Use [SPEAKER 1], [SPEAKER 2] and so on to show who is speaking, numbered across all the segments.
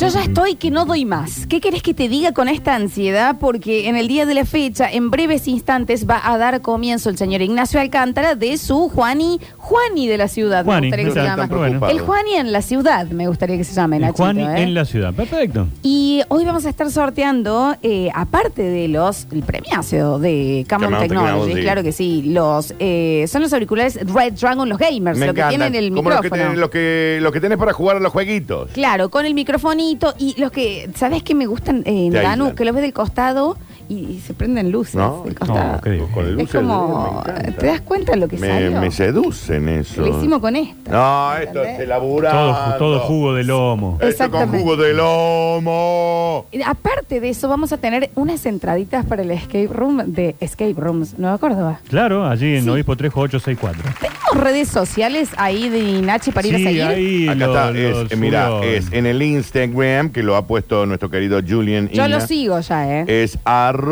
[SPEAKER 1] Yo ya estoy que no doy más. ¿Qué querés que te diga con esta ansiedad? Porque en el día de la fecha, en breves instantes, va a dar comienzo el señor Ignacio Alcántara de su Juani, Juani de la ciudad.
[SPEAKER 2] Juani,
[SPEAKER 1] me gustaría que se
[SPEAKER 2] exacto,
[SPEAKER 1] llame.
[SPEAKER 2] pero bueno.
[SPEAKER 1] El Juani en la ciudad, me gustaría que se llame, Nachito,
[SPEAKER 2] Juan
[SPEAKER 1] ¿eh?
[SPEAKER 2] en la ciudad. Perfecto.
[SPEAKER 1] Y hoy vamos a estar sorteando, eh, aparte de los, el premiazo de Camon
[SPEAKER 3] Camon
[SPEAKER 1] Technologies,
[SPEAKER 3] Technology.
[SPEAKER 1] claro que sí, los eh, son los auriculares Red Dragon, los gamers,
[SPEAKER 3] Me
[SPEAKER 1] lo que
[SPEAKER 3] encantan.
[SPEAKER 1] tienen el
[SPEAKER 3] Como los que,
[SPEAKER 1] micrófono.
[SPEAKER 3] tenés, los que, los que tenés para jugar a los jueguitos.
[SPEAKER 1] Claro, con el microfonito y los que, ¿sabes qué me gustan, eh,
[SPEAKER 3] Te
[SPEAKER 1] Danu?
[SPEAKER 3] aíslan.
[SPEAKER 1] Que los ves del costado y, y se prenden luces
[SPEAKER 3] No,
[SPEAKER 1] del
[SPEAKER 3] no,
[SPEAKER 1] costado.
[SPEAKER 2] ok. Increíble.
[SPEAKER 3] Con el
[SPEAKER 1] Es
[SPEAKER 3] dulce
[SPEAKER 1] como,
[SPEAKER 3] del dedo, me encanta.
[SPEAKER 1] ¿te das cuenta lo que
[SPEAKER 3] me,
[SPEAKER 1] salió?
[SPEAKER 3] me seducen eso.
[SPEAKER 1] Lo hicimos con esto.
[SPEAKER 3] No, esto
[SPEAKER 1] ¿entendés?
[SPEAKER 3] se labura.
[SPEAKER 2] Todo, ju- todo jugo de lomo.
[SPEAKER 3] Esto con
[SPEAKER 1] Exactamente.
[SPEAKER 3] jugo de lomo.
[SPEAKER 1] Eh, Aparte de eso, vamos a tener unas entraditas para el escape room de Escape Rooms Nueva Córdoba.
[SPEAKER 2] Claro, allí en
[SPEAKER 1] Sí.
[SPEAKER 2] Obispo 3864.
[SPEAKER 1] ¿Tenemos redes sociales ahí de Nachi para ir a
[SPEAKER 2] Sí,
[SPEAKER 1] seguir?
[SPEAKER 2] ahí
[SPEAKER 3] Acá
[SPEAKER 2] lo-
[SPEAKER 3] está,
[SPEAKER 2] lo
[SPEAKER 3] es, eh, mirá,
[SPEAKER 2] subió.
[SPEAKER 3] es en el Instagram que lo ha puesto nuestro querido Julian
[SPEAKER 1] Yo
[SPEAKER 3] Ina.
[SPEAKER 1] lo sigo ya, ¿eh?
[SPEAKER 3] Es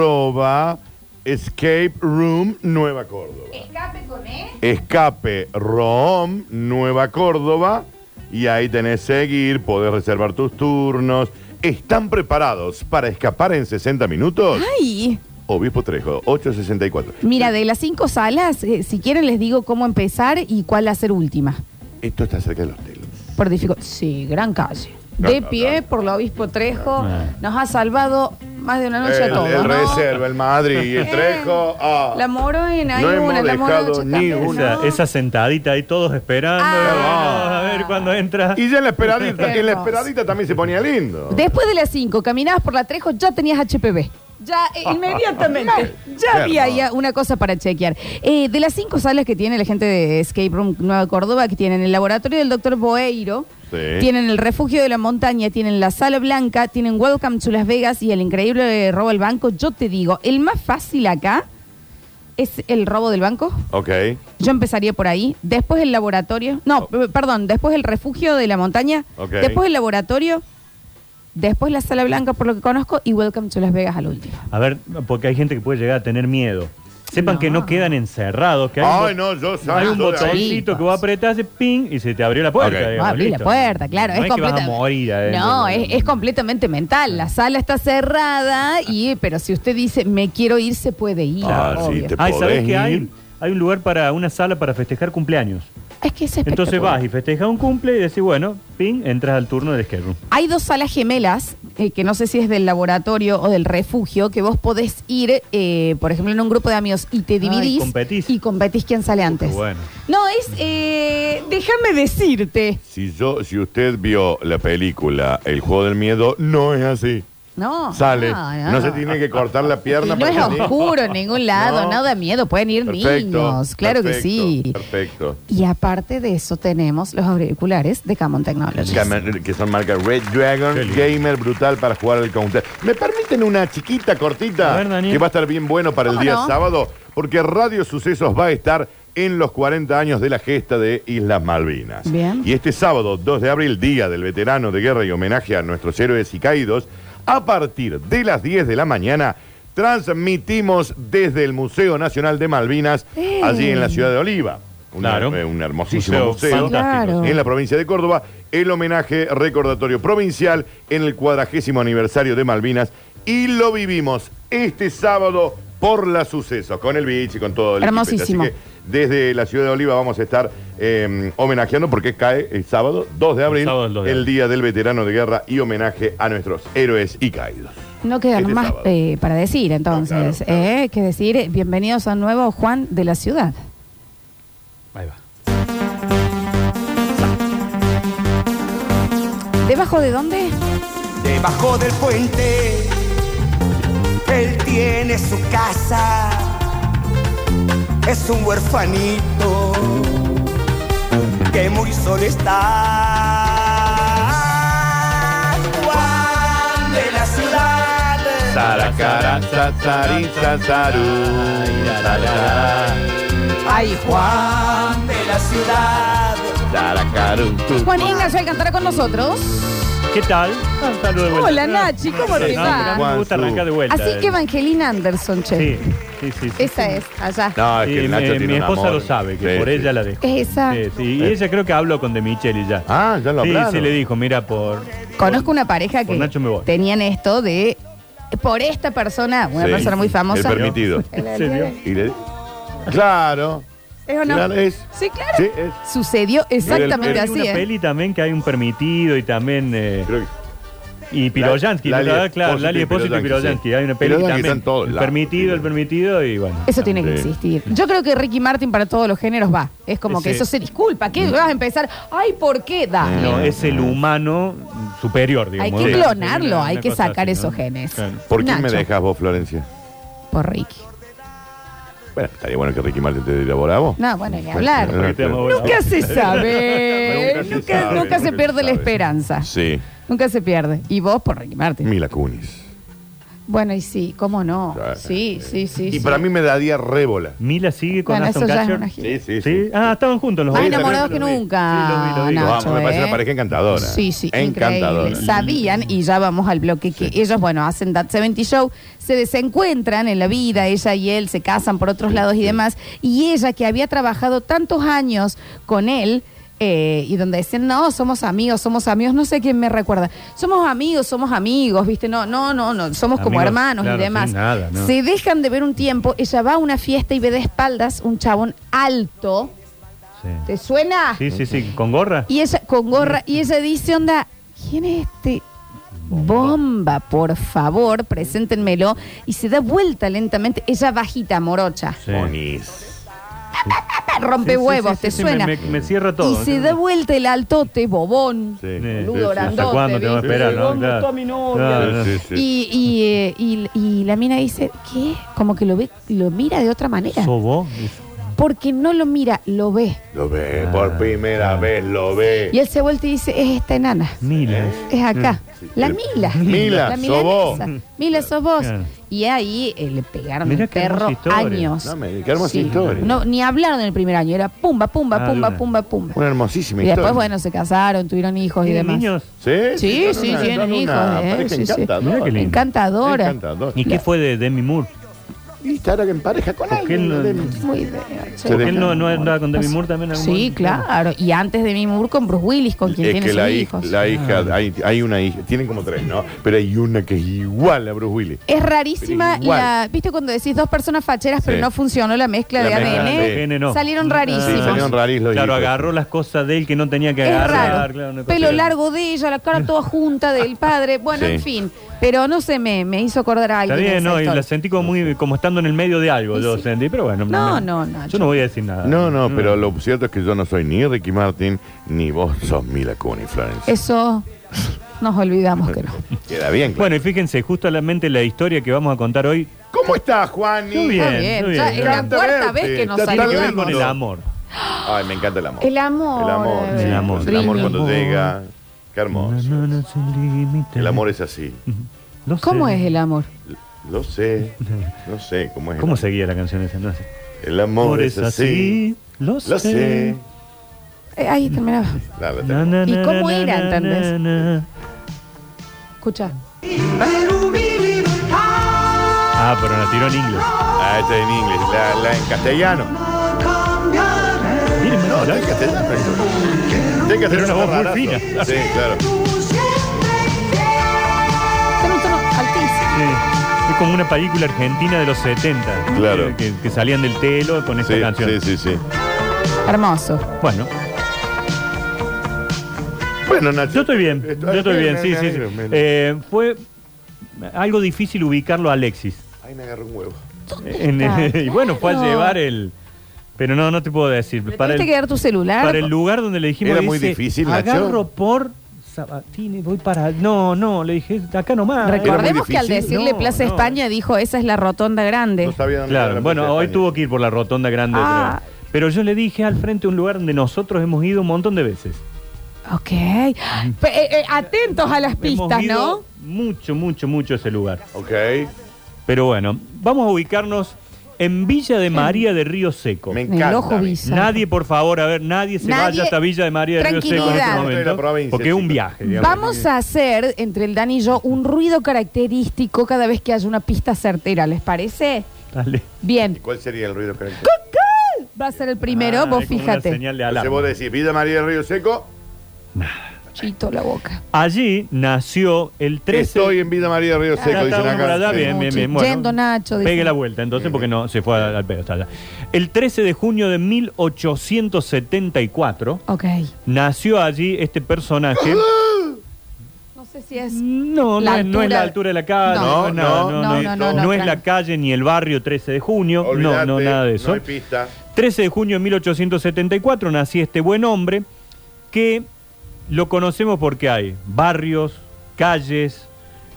[SPEAKER 3] arroba escape room Nueva Córdoba.
[SPEAKER 1] Escape con E. él.
[SPEAKER 3] Escape Rom Nueva Córdoba. Y ahí tenés seguir, podés reservar tus turnos. ¿Están preparados para escapar en 60 minutos?
[SPEAKER 1] ¿Ah? ¡Ay!
[SPEAKER 3] Obispo Trejo, 864.
[SPEAKER 1] Mira, de las cinco salas, eh, si quieren les digo cómo empezar y cuál hacer última.
[SPEAKER 3] Esto está cerca de los telos.
[SPEAKER 1] Por dificultad. Sí, gran calle.
[SPEAKER 3] Gran
[SPEAKER 1] De
[SPEAKER 3] calle.
[SPEAKER 1] pie, por lo obispo Trejo,
[SPEAKER 2] Ah.
[SPEAKER 1] nos ha salvado más de una noche
[SPEAKER 3] El,
[SPEAKER 1] a todos.
[SPEAKER 3] el
[SPEAKER 1] Ah, ¿no?
[SPEAKER 3] reserva, el Madrid, el
[SPEAKER 1] Eh,
[SPEAKER 3] Trejo. ah.
[SPEAKER 1] La Morena, hay
[SPEAKER 3] No hemos
[SPEAKER 1] una, la
[SPEAKER 3] dejado
[SPEAKER 1] Morocha
[SPEAKER 3] ni
[SPEAKER 1] también, ¿no?
[SPEAKER 2] Esa, esa sentadita ahí, todos esperando.
[SPEAKER 1] Ah.
[SPEAKER 2] a ver cuándo entra.
[SPEAKER 3] Y ya en la esperadita,
[SPEAKER 1] Qué
[SPEAKER 3] en la
[SPEAKER 1] hermoso.
[SPEAKER 3] esperadita también se ponía lindo.
[SPEAKER 1] Después de las 5, caminabas por la Trejo, ya tenías HPV. Ya, eh, inmediatamente. ya había ahí una cosa para chequear. Eh, de las cinco salas que tiene la gente de Escape Room Nueva Córdoba, que tienen el laboratorio del doctor Boeiro,
[SPEAKER 3] Sí.
[SPEAKER 1] tienen el refugio de la montaña, tienen la sala blanca, tienen Welcome to Las Vegas y el increíble robo al banco, yo te digo, el más fácil acá es el robo del banco.
[SPEAKER 3] Ok.
[SPEAKER 1] Yo empezaría por ahí, después el laboratorio,
[SPEAKER 2] Oh.
[SPEAKER 1] no, p- perdón, después el refugio de la montaña,
[SPEAKER 3] Ok.
[SPEAKER 1] después el laboratorio, después la sala blanca por lo que conozco y Welcome to Las Vegas al último.
[SPEAKER 2] A ver, porque hay gente que puede llegar a tener miedo. Sepan
[SPEAKER 1] No.
[SPEAKER 2] que no quedan encerrados. Que hay
[SPEAKER 3] Ay,
[SPEAKER 2] un,
[SPEAKER 3] no, yo
[SPEAKER 2] bo- hay
[SPEAKER 3] salgo
[SPEAKER 2] un
[SPEAKER 3] de ahí.
[SPEAKER 2] botoncito que vos apretás, ping, y se te abrió la puerta.
[SPEAKER 3] Ok.
[SPEAKER 2] digamos,
[SPEAKER 1] No, abrí la
[SPEAKER 2] Eh, listo.
[SPEAKER 1] puerta, claro.
[SPEAKER 2] No
[SPEAKER 1] es
[SPEAKER 2] es que vas a
[SPEAKER 1] completa-
[SPEAKER 2] morir eh, adentro.
[SPEAKER 1] No, es, es completamente mental. La sala está cerrada, y pero si usted dice, me quiero ir, se puede ir.
[SPEAKER 3] Ah, sí,
[SPEAKER 1] obvio.
[SPEAKER 3] te-
[SPEAKER 2] Ay, ¿sabés
[SPEAKER 3] podés
[SPEAKER 2] qué hay?
[SPEAKER 3] ir.
[SPEAKER 2] Hay un lugar para, una sala para festejar cumpleaños.
[SPEAKER 1] Es que es
[SPEAKER 2] Entonces
[SPEAKER 1] espectacular.
[SPEAKER 2] vas y festejas un cumple y decís, bueno, ping, entras al turno del escape room.
[SPEAKER 1] Hay dos salas gemelas, eh, que no sé si es del laboratorio o del refugio, que vos podés ir, eh, por ejemplo, en un grupo de amigos y te dividís.
[SPEAKER 2] Ah, competís.
[SPEAKER 1] Y competís quién sale antes.
[SPEAKER 2] bueno.
[SPEAKER 1] No, es. eh, déjame decirte.
[SPEAKER 3] Si, yo, si usted vio la película El Juego del Miedo, no es así.
[SPEAKER 1] No.
[SPEAKER 3] Sale.
[SPEAKER 1] No,
[SPEAKER 3] No,
[SPEAKER 1] no.
[SPEAKER 3] se tiene que cortar la
[SPEAKER 1] ah. Y
[SPEAKER 3] pierna.
[SPEAKER 1] no es
[SPEAKER 3] para salir.
[SPEAKER 1] oscuro en ningún lado,
[SPEAKER 3] No.
[SPEAKER 1] nada miedo, pueden ir niños, claro
[SPEAKER 3] perfecto,
[SPEAKER 1] que sí.
[SPEAKER 3] Perfecto.
[SPEAKER 1] Y aparte de eso tenemos los auriculares de Camon Technologies.
[SPEAKER 3] Gamer- Que son marcas Red Dragon,
[SPEAKER 2] Qué lindo.
[SPEAKER 3] gamer brutal para jugar al counter. ¿Me permiten una chiquita cortita?
[SPEAKER 2] A ver, Daniel.
[SPEAKER 3] Que va a estar bien bueno para el
[SPEAKER 1] ¿Cómo
[SPEAKER 3] día
[SPEAKER 1] no?
[SPEAKER 3] sábado, porque Radio Sucesos va a estar en los 40 años de la gesta de Islas Malvinas.
[SPEAKER 1] Bien.
[SPEAKER 3] Y este sábado, 2 de abril, Día del Veterano de Guerra y homenaje a nuestros héroes y caídos, a partir de las 10 de la mañana, transmitimos desde el Museo Nacional de Malvinas,
[SPEAKER 1] Eh.
[SPEAKER 3] allí en la ciudad de Oliva. Una-
[SPEAKER 2] Claro.
[SPEAKER 3] eh, un hermosísimo museo.
[SPEAKER 2] fantástico.
[SPEAKER 1] Claro.
[SPEAKER 3] En la provincia de Córdoba, el homenaje recordatorio provincial en el cuadragésimo aniversario de Malvinas. Y lo vivimos este sábado por la sucesos, con el beach y con todo el
[SPEAKER 1] Hermosísimo.
[SPEAKER 3] equipo. Así que desde la ciudad de Oliva vamos a estar eh, homenajeando porque cae el sábado 2 de
[SPEAKER 2] El
[SPEAKER 3] abril, el,
[SPEAKER 2] sábado del 2 de abril.
[SPEAKER 3] día del veterano de guerra y homenaje a nuestros héroes y caídos.
[SPEAKER 1] No queda
[SPEAKER 3] Este
[SPEAKER 1] más
[SPEAKER 3] sábado.
[SPEAKER 1] eh, para decir entonces,
[SPEAKER 3] claro, claro.
[SPEAKER 1] eh, que decir, eh, bienvenidos a un nuevo Juan de la ciudad.
[SPEAKER 2] Ahí va.
[SPEAKER 1] ¿Debajo de dónde?
[SPEAKER 4] Debajo del puente, él tiene su casa. Es un huerfanito que muy solo está. Juan de la ciudad.
[SPEAKER 3] Saracara, sasarí, sasarú, sarará,
[SPEAKER 4] Ay, Juan de la ciudad.
[SPEAKER 3] saracarú, tú.
[SPEAKER 1] Juan Ignacio Alcántara con nosotros.
[SPEAKER 2] ¿Qué tal? Ah, saludo de vuelta.
[SPEAKER 1] Hola, Nachi, ¿cómo te
[SPEAKER 2] no,
[SPEAKER 1] va?
[SPEAKER 2] pero A mí me gusta arrancar de vuelta.
[SPEAKER 1] Así que Evangelina Anderson, che.
[SPEAKER 2] Sí, sí, sí. sí.
[SPEAKER 1] Esa es, allá.
[SPEAKER 3] No, es
[SPEAKER 2] Sí,
[SPEAKER 3] que el
[SPEAKER 2] mi,
[SPEAKER 3] Nacho
[SPEAKER 2] mi
[SPEAKER 3] tiene un
[SPEAKER 2] esposa
[SPEAKER 3] amor.
[SPEAKER 2] lo sabe, que
[SPEAKER 3] Sí,
[SPEAKER 2] por
[SPEAKER 3] sí.
[SPEAKER 2] ella la dejo.
[SPEAKER 1] Esa.
[SPEAKER 2] Sí, sí, Y ella creo que habló con De Micheli ya.
[SPEAKER 3] Ah, ya lo
[SPEAKER 2] Sí,
[SPEAKER 3] hablaron.
[SPEAKER 2] sí, le dijo, mira, por...
[SPEAKER 1] Conozco una pareja
[SPEAKER 2] Por
[SPEAKER 1] que
[SPEAKER 2] Nacho me voy.
[SPEAKER 1] tenían esto de por esta persona, una
[SPEAKER 3] Sí.
[SPEAKER 1] persona muy
[SPEAKER 3] El
[SPEAKER 1] famosa.
[SPEAKER 3] permitido.
[SPEAKER 2] ¿En serio?
[SPEAKER 3] Y le- Claro.
[SPEAKER 1] ¿Es o no?
[SPEAKER 3] Claro, es.
[SPEAKER 1] Sí, claro.
[SPEAKER 3] Sí, es.
[SPEAKER 1] Sucedió exactamente
[SPEAKER 3] Pero
[SPEAKER 2] Hay
[SPEAKER 1] así,
[SPEAKER 2] una
[SPEAKER 1] ¿eh?
[SPEAKER 2] peli también que hay un permitido y también... eh,
[SPEAKER 3] Creo que-
[SPEAKER 2] Y Piroyansky,
[SPEAKER 3] Lali
[SPEAKER 2] ¿verdad? claro,
[SPEAKER 3] Espósito
[SPEAKER 2] Lali
[SPEAKER 3] y
[SPEAKER 2] Espósito y Piroyansky.
[SPEAKER 3] Piroyansky, sí.
[SPEAKER 2] Hay una peli que
[SPEAKER 3] Piroyansky
[SPEAKER 2] también.
[SPEAKER 3] está en todos
[SPEAKER 2] el
[SPEAKER 3] lados.
[SPEAKER 2] permitido, el permitido y bueno.
[SPEAKER 1] Eso tiene que
[SPEAKER 3] Sí.
[SPEAKER 1] existir. Yo creo que Ricky Martin para todos los géneros va. Es como que
[SPEAKER 2] Ese-
[SPEAKER 1] eso se disculpa. ¿Qué vas a empezar? Ay, ¿por qué? Dale.
[SPEAKER 2] No, es el humano superior, digamos.
[SPEAKER 1] Hay que
[SPEAKER 2] Sí.
[SPEAKER 1] clonarlo,
[SPEAKER 2] Sí, una-
[SPEAKER 1] hay
[SPEAKER 2] una
[SPEAKER 1] que
[SPEAKER 2] cosa
[SPEAKER 1] sacar
[SPEAKER 2] así,
[SPEAKER 1] esos
[SPEAKER 2] ¿no?
[SPEAKER 1] genes.
[SPEAKER 2] Claro.
[SPEAKER 3] ¿Por quién me
[SPEAKER 1] Nacho.
[SPEAKER 3] dejas vos, Florencia?
[SPEAKER 1] Por Ricky.
[SPEAKER 3] Bueno, estaría bueno que Ricky Martin te diera por a vos.
[SPEAKER 1] No, bueno, ni hablar.
[SPEAKER 3] Porque te amo,
[SPEAKER 2] Nunca
[SPEAKER 1] Nunca se sabe.
[SPEAKER 3] Nunca se
[SPEAKER 1] nunca,
[SPEAKER 3] sabe,
[SPEAKER 1] nunca se
[SPEAKER 3] nunca
[SPEAKER 1] pierde
[SPEAKER 3] se
[SPEAKER 1] la
[SPEAKER 3] sabe.
[SPEAKER 1] esperanza.
[SPEAKER 3] Sí,
[SPEAKER 1] Nunca se pierde. Y vos por Ricky Martin.
[SPEAKER 3] Mila Kunis.
[SPEAKER 1] Bueno, y sí, cómo no.
[SPEAKER 3] Claro.
[SPEAKER 1] Sí, sí, sí.
[SPEAKER 3] Y
[SPEAKER 1] sí.
[SPEAKER 3] para mí me daría rébola.
[SPEAKER 2] Mila sigue con
[SPEAKER 1] Bueno, eso
[SPEAKER 2] Aston
[SPEAKER 1] ya es
[SPEAKER 2] Kutcher.
[SPEAKER 1] una gira.
[SPEAKER 3] sí,
[SPEAKER 2] Sí. Ah, estaban juntos los
[SPEAKER 1] Más
[SPEAKER 3] Sí,
[SPEAKER 2] dos.
[SPEAKER 1] enamorados que
[SPEAKER 3] también lo vi.
[SPEAKER 1] nunca.
[SPEAKER 2] Sí, lo vi, lo vi.
[SPEAKER 1] Nacho,
[SPEAKER 3] No, me parece
[SPEAKER 1] ¿eh?
[SPEAKER 3] una pareja encantadora.
[SPEAKER 1] Sí, sí,
[SPEAKER 3] encantadora.
[SPEAKER 1] increíble. Sabían, y ya vamos al bloque, que ellos, bueno, hacen That 70 Show, se desencuentran en la vida, ella y él se casan por otros lados y demás, y ella que había trabajado tantos años con él, eh, y donde decían, no, somos amigos, somos amigos, no sé quién me recuerda, somos amigos, somos amigos, viste, no, no, no, no, somos como
[SPEAKER 2] Amigos,
[SPEAKER 1] hermanos
[SPEAKER 2] claro,
[SPEAKER 1] y demás.
[SPEAKER 2] sí, nada, no.
[SPEAKER 1] Se dejan de ver un tiempo, ella va a una fiesta y ve de espaldas un chabón alto,
[SPEAKER 2] Sí.
[SPEAKER 1] ¿te suena?
[SPEAKER 2] Sí, sí, sí, con gorra.
[SPEAKER 1] Y ella, con gorra, y ella dice, onda, ¿quién es este? Bomba, por favor, preséntenmelo. Y se da vuelta lentamente, ella bajita, morocha.
[SPEAKER 2] Sí.
[SPEAKER 3] Kunis.
[SPEAKER 1] Ah, Rompe
[SPEAKER 2] Sí, sí,
[SPEAKER 1] huevos,
[SPEAKER 2] sí,
[SPEAKER 1] te
[SPEAKER 2] sí,
[SPEAKER 1] suena.
[SPEAKER 2] Me, me- me cierra todo.
[SPEAKER 1] y se da vuelta el altote, bobón.
[SPEAKER 3] Sí.
[SPEAKER 2] Eh,
[SPEAKER 1] Boludo,
[SPEAKER 2] ¿Hasta
[SPEAKER 1] grandote,
[SPEAKER 2] cuándo te va a
[SPEAKER 1] ¿viste?
[SPEAKER 2] esperar? no?
[SPEAKER 4] ¿Dónde
[SPEAKER 2] Claro.
[SPEAKER 4] está mi novia?
[SPEAKER 2] Claro, no.
[SPEAKER 3] Sí, sí, sí.
[SPEAKER 1] Y, y, eh, y- y la mina dice, ¿qué? Como que lo ve, lo mira de otra manera.
[SPEAKER 2] ¿Sos vos?
[SPEAKER 1] Porque no lo mira, lo ve.
[SPEAKER 3] Lo ve,
[SPEAKER 2] Ah.
[SPEAKER 3] por primera vez lo
[SPEAKER 1] Y
[SPEAKER 3] ve.
[SPEAKER 1] él se vuelta y dice, es esta enana.
[SPEAKER 2] Mila.
[SPEAKER 1] Es acá. La
[SPEAKER 3] Pero-
[SPEAKER 1] Mila.
[SPEAKER 3] Mm. Mila,
[SPEAKER 1] la
[SPEAKER 3] sos
[SPEAKER 1] milanesa.
[SPEAKER 3] vos.
[SPEAKER 1] Mila sos vos.
[SPEAKER 2] Claro.
[SPEAKER 1] Y ahí eh, le pegaron
[SPEAKER 2] Mirá
[SPEAKER 1] el
[SPEAKER 2] qué hermosa
[SPEAKER 1] perro
[SPEAKER 2] historia.
[SPEAKER 1] años.
[SPEAKER 3] No, me- qué hermosa historia.
[SPEAKER 1] No, ni hablaron en el primer año. Era pumba, pumba,
[SPEAKER 2] Ah,
[SPEAKER 1] pumba,
[SPEAKER 2] de una.
[SPEAKER 1] pumba, pumba.
[SPEAKER 3] Una hermosísima
[SPEAKER 1] Y
[SPEAKER 3] historia.
[SPEAKER 1] después, bueno, se casaron, tuvieron hijos y
[SPEAKER 2] ¿Tiene
[SPEAKER 1] demás.
[SPEAKER 2] niños?
[SPEAKER 3] Sí,
[SPEAKER 1] Sí,
[SPEAKER 3] son
[SPEAKER 1] sí,
[SPEAKER 3] una-
[SPEAKER 1] tienen
[SPEAKER 3] son
[SPEAKER 1] hijos,
[SPEAKER 3] una
[SPEAKER 1] eh,
[SPEAKER 3] pareja
[SPEAKER 1] sí, sí.
[SPEAKER 3] encantadora.
[SPEAKER 2] Mira qué lindo.
[SPEAKER 1] Encantadora.
[SPEAKER 3] Encantadora.
[SPEAKER 2] ¿Y qué fue de Demi Moore?
[SPEAKER 3] Y estar en pareja con
[SPEAKER 2] ¿Por qué
[SPEAKER 3] alguien.
[SPEAKER 2] no-
[SPEAKER 3] Demi.
[SPEAKER 1] Muy de-
[SPEAKER 3] Se
[SPEAKER 2] ¿Él no,
[SPEAKER 3] dejan.
[SPEAKER 2] no andaba con Demi Moore también? en algún
[SPEAKER 1] Sí,
[SPEAKER 2] momento?
[SPEAKER 1] claro. Y antes de Mimi Moore con Bruce Willis, con quien
[SPEAKER 3] Es
[SPEAKER 1] tiene
[SPEAKER 3] que
[SPEAKER 1] sus
[SPEAKER 3] la, hij-
[SPEAKER 1] hijos. Ah.
[SPEAKER 3] la hija, hay, hay una hija, tienen como tres, ¿no? Pero hay una que es igual a Bruce Willis.
[SPEAKER 1] Es rarísima
[SPEAKER 3] Pero igual.
[SPEAKER 1] la. ¿Viste cuando decís dos personas facheras, pero
[SPEAKER 3] Sí.
[SPEAKER 1] no funcionó la mezcla
[SPEAKER 3] La
[SPEAKER 1] de
[SPEAKER 3] mezcla,
[SPEAKER 1] ADN?
[SPEAKER 3] sí.
[SPEAKER 2] Gene no.
[SPEAKER 1] Salieron
[SPEAKER 2] Ah,
[SPEAKER 1] rarísimos.
[SPEAKER 3] Sí, salieron rarísimos los
[SPEAKER 2] Claro,
[SPEAKER 3] hijos.
[SPEAKER 2] agarró las cosas de él que no tenía que
[SPEAKER 1] Es
[SPEAKER 2] agarrar.
[SPEAKER 1] raro.
[SPEAKER 2] claro, una cosa
[SPEAKER 1] Pelo
[SPEAKER 2] así.
[SPEAKER 1] largo de ella, la cara toda junta del padre. Bueno,
[SPEAKER 3] Sí.
[SPEAKER 1] en fin. Pero no sé, me, me hizo acordar a
[SPEAKER 2] Está
[SPEAKER 1] alguien.
[SPEAKER 2] bien,
[SPEAKER 1] esa
[SPEAKER 2] no, y
[SPEAKER 1] historia.
[SPEAKER 2] la sentí como muy como estando en el medio de algo,
[SPEAKER 1] Y
[SPEAKER 2] yo
[SPEAKER 1] sí.
[SPEAKER 2] sentí, pero bueno.
[SPEAKER 1] No,
[SPEAKER 2] me-
[SPEAKER 1] no, Nacho.
[SPEAKER 2] Yo no voy a decir nada.
[SPEAKER 3] No,
[SPEAKER 1] Ah.
[SPEAKER 3] no, pero lo cierto es que yo no soy ni Ricky Martin, ni vos sos Mila Kunis, Florencia.
[SPEAKER 1] Eso nos olvidamos que no.
[SPEAKER 3] Queda bien, claro.
[SPEAKER 2] Bueno, y fíjense, justamente la historia que vamos a contar hoy
[SPEAKER 3] ¿Cómo estás, Juani?
[SPEAKER 2] Muy bien.
[SPEAKER 1] Está bien, ya
[SPEAKER 2] bien,
[SPEAKER 1] es la
[SPEAKER 3] encanta
[SPEAKER 1] cuarta
[SPEAKER 3] verte.
[SPEAKER 1] vez que nos
[SPEAKER 3] Ya está
[SPEAKER 2] tiene que ver con el
[SPEAKER 1] saludamos.
[SPEAKER 3] amor.
[SPEAKER 2] amor.
[SPEAKER 3] Ay, me encanta el amor.
[SPEAKER 1] El amor.
[SPEAKER 3] El amor,
[SPEAKER 1] eh,
[SPEAKER 3] sí,
[SPEAKER 2] El amor.
[SPEAKER 3] pues el amor
[SPEAKER 1] Ringo.
[SPEAKER 3] cuando llega. Qué hermoso.
[SPEAKER 2] No, no, no, sin límites.
[SPEAKER 3] El amor es así.
[SPEAKER 2] No sé.
[SPEAKER 1] ¿Cómo es el amor?
[SPEAKER 3] Lo sé, no sé cómo es. el
[SPEAKER 2] ¿Cómo
[SPEAKER 3] amor.
[SPEAKER 2] seguía la canción esa? No sé.
[SPEAKER 3] El amor es así.
[SPEAKER 2] lo
[SPEAKER 3] Lo sé.
[SPEAKER 2] sé.
[SPEAKER 1] Eh, ahí terminaba.
[SPEAKER 3] La- la
[SPEAKER 2] Na,
[SPEAKER 3] tengo.
[SPEAKER 2] na,
[SPEAKER 1] ¿Y
[SPEAKER 2] na,
[SPEAKER 1] cómo
[SPEAKER 2] na,
[SPEAKER 1] era,
[SPEAKER 2] na,
[SPEAKER 1] entendés?
[SPEAKER 2] na, na.
[SPEAKER 1] Escucha.
[SPEAKER 2] Ah, pero la tiró en inglés.
[SPEAKER 3] Ah, esta en inglés. La, la en castellano.
[SPEAKER 2] Miren,
[SPEAKER 3] No, la en castellano. Está en
[SPEAKER 2] Pero
[SPEAKER 3] castellano
[SPEAKER 2] una voz muy
[SPEAKER 3] rarazo.
[SPEAKER 2] fina.
[SPEAKER 3] Sí, claro.
[SPEAKER 1] Está en un tono altísimo.
[SPEAKER 2] Sí. Es como una película argentina de los 70.
[SPEAKER 3] Claro.
[SPEAKER 2] eh, Que, que salían del telo con esta
[SPEAKER 3] Sí,
[SPEAKER 2] canción.
[SPEAKER 3] sí, sí, sí.
[SPEAKER 1] Hermoso.
[SPEAKER 2] Bueno,
[SPEAKER 3] Bueno, Nacho.
[SPEAKER 2] yo estoy bien.
[SPEAKER 3] Estoy-
[SPEAKER 2] Yo estoy bien, sí,
[SPEAKER 3] me
[SPEAKER 2] sí. sí.
[SPEAKER 3] alegro, me alegro.
[SPEAKER 2] Eh, fue algo difícil ubicarlo a Alexis.
[SPEAKER 3] Ay, me agarró un huevo.
[SPEAKER 2] En-
[SPEAKER 1] está?
[SPEAKER 2] y bueno, fue a
[SPEAKER 1] Ah, Claro.
[SPEAKER 2] llevar el. Pero no, no te puedo decir. Para
[SPEAKER 1] ¿Tuviste
[SPEAKER 2] el,
[SPEAKER 1] que dar tu celular?
[SPEAKER 2] para el lugar donde le dijimos.
[SPEAKER 3] Era muy
[SPEAKER 2] dice,
[SPEAKER 3] difícil, Nacho.
[SPEAKER 2] Agarro por Sabatini, voy para. No, no, le dije, acá nomás.
[SPEAKER 3] Era muy
[SPEAKER 1] Recordemos que al
[SPEAKER 3] difícil.
[SPEAKER 1] decirle
[SPEAKER 2] No,
[SPEAKER 1] Plaza
[SPEAKER 2] no.
[SPEAKER 1] España dijo, esa es la rotonda grande.
[SPEAKER 3] No sabía dónde era
[SPEAKER 2] Claro,
[SPEAKER 3] la
[SPEAKER 2] bueno,
[SPEAKER 3] Plaza de
[SPEAKER 2] hoy
[SPEAKER 3] España.
[SPEAKER 2] tuvo que ir por la rotonda grande.
[SPEAKER 1] Ah.
[SPEAKER 2] creo. Pero yo le dije al frente un lugar donde nosotros hemos ido un montón de veces.
[SPEAKER 1] Ok. Pe- eh, eh, atentos a las pistas, ¿no?
[SPEAKER 2] hemos ido mucho, mucho, mucho a ese lugar.
[SPEAKER 3] Ok.
[SPEAKER 2] Pero bueno, vamos a ubicarnos en Villa de María de Río Seco.
[SPEAKER 3] Me
[SPEAKER 1] En el
[SPEAKER 3] encanta.
[SPEAKER 1] ojo
[SPEAKER 3] a mí.
[SPEAKER 1] bis.
[SPEAKER 2] Nadie, por favor, a ver, nadie se
[SPEAKER 1] Nadie-
[SPEAKER 2] vaya hasta Villa de María de Río Seco en este
[SPEAKER 1] Tranquilidad.
[SPEAKER 3] Estoy en la
[SPEAKER 2] momento.
[SPEAKER 3] provincia,
[SPEAKER 2] Porque es un
[SPEAKER 3] chicos.
[SPEAKER 2] viaje, digamos.
[SPEAKER 1] Vamos a hacer, entre el Dan y yo, un ruido característico cada vez que haya una pista certera, ¿les parece?
[SPEAKER 2] Dale.
[SPEAKER 1] Bien.
[SPEAKER 3] ¿Cuál sería el ruido que Entonces
[SPEAKER 1] Va a ser el primero,
[SPEAKER 2] Ah,
[SPEAKER 1] vos
[SPEAKER 2] es como una
[SPEAKER 1] fíjate.
[SPEAKER 2] señal de alarma.
[SPEAKER 3] vos decís, Vida María del Río Seco,
[SPEAKER 1] Chito la boca.
[SPEAKER 2] Allí nació el 13.
[SPEAKER 3] estoy en Vida María del Río
[SPEAKER 2] Ya
[SPEAKER 3] Seco,
[SPEAKER 2] está
[SPEAKER 3] dicen
[SPEAKER 2] uno por
[SPEAKER 3] acá.
[SPEAKER 2] allá,
[SPEAKER 3] Sí.
[SPEAKER 2] bien, bien, bien.
[SPEAKER 1] Muchi-
[SPEAKER 2] Bueno,
[SPEAKER 1] yendo, Nacho, dice.
[SPEAKER 2] Pegue la vuelta, entonces, porque no se fue al, al pedo, está allá. El 13 de junio de 1874
[SPEAKER 1] Ok.
[SPEAKER 2] nació allí este personaje.
[SPEAKER 1] No sé si es.
[SPEAKER 2] Mm. No, no
[SPEAKER 1] La
[SPEAKER 2] es, no es
[SPEAKER 1] altura-
[SPEAKER 2] la altura de la calle,
[SPEAKER 1] No,
[SPEAKER 2] no, es nada, no,
[SPEAKER 3] no,
[SPEAKER 1] no,
[SPEAKER 2] no,
[SPEAKER 1] no, no,
[SPEAKER 2] no
[SPEAKER 1] no,
[SPEAKER 2] es la
[SPEAKER 1] tranqui.
[SPEAKER 2] calle ni el barrio 13 de junio, no, no,
[SPEAKER 3] Olvídate,
[SPEAKER 2] nada de eso.
[SPEAKER 3] No hay pista.
[SPEAKER 2] 13 de junio de 1874 nació este buen hombre que lo conocemos porque hay barrios, calles,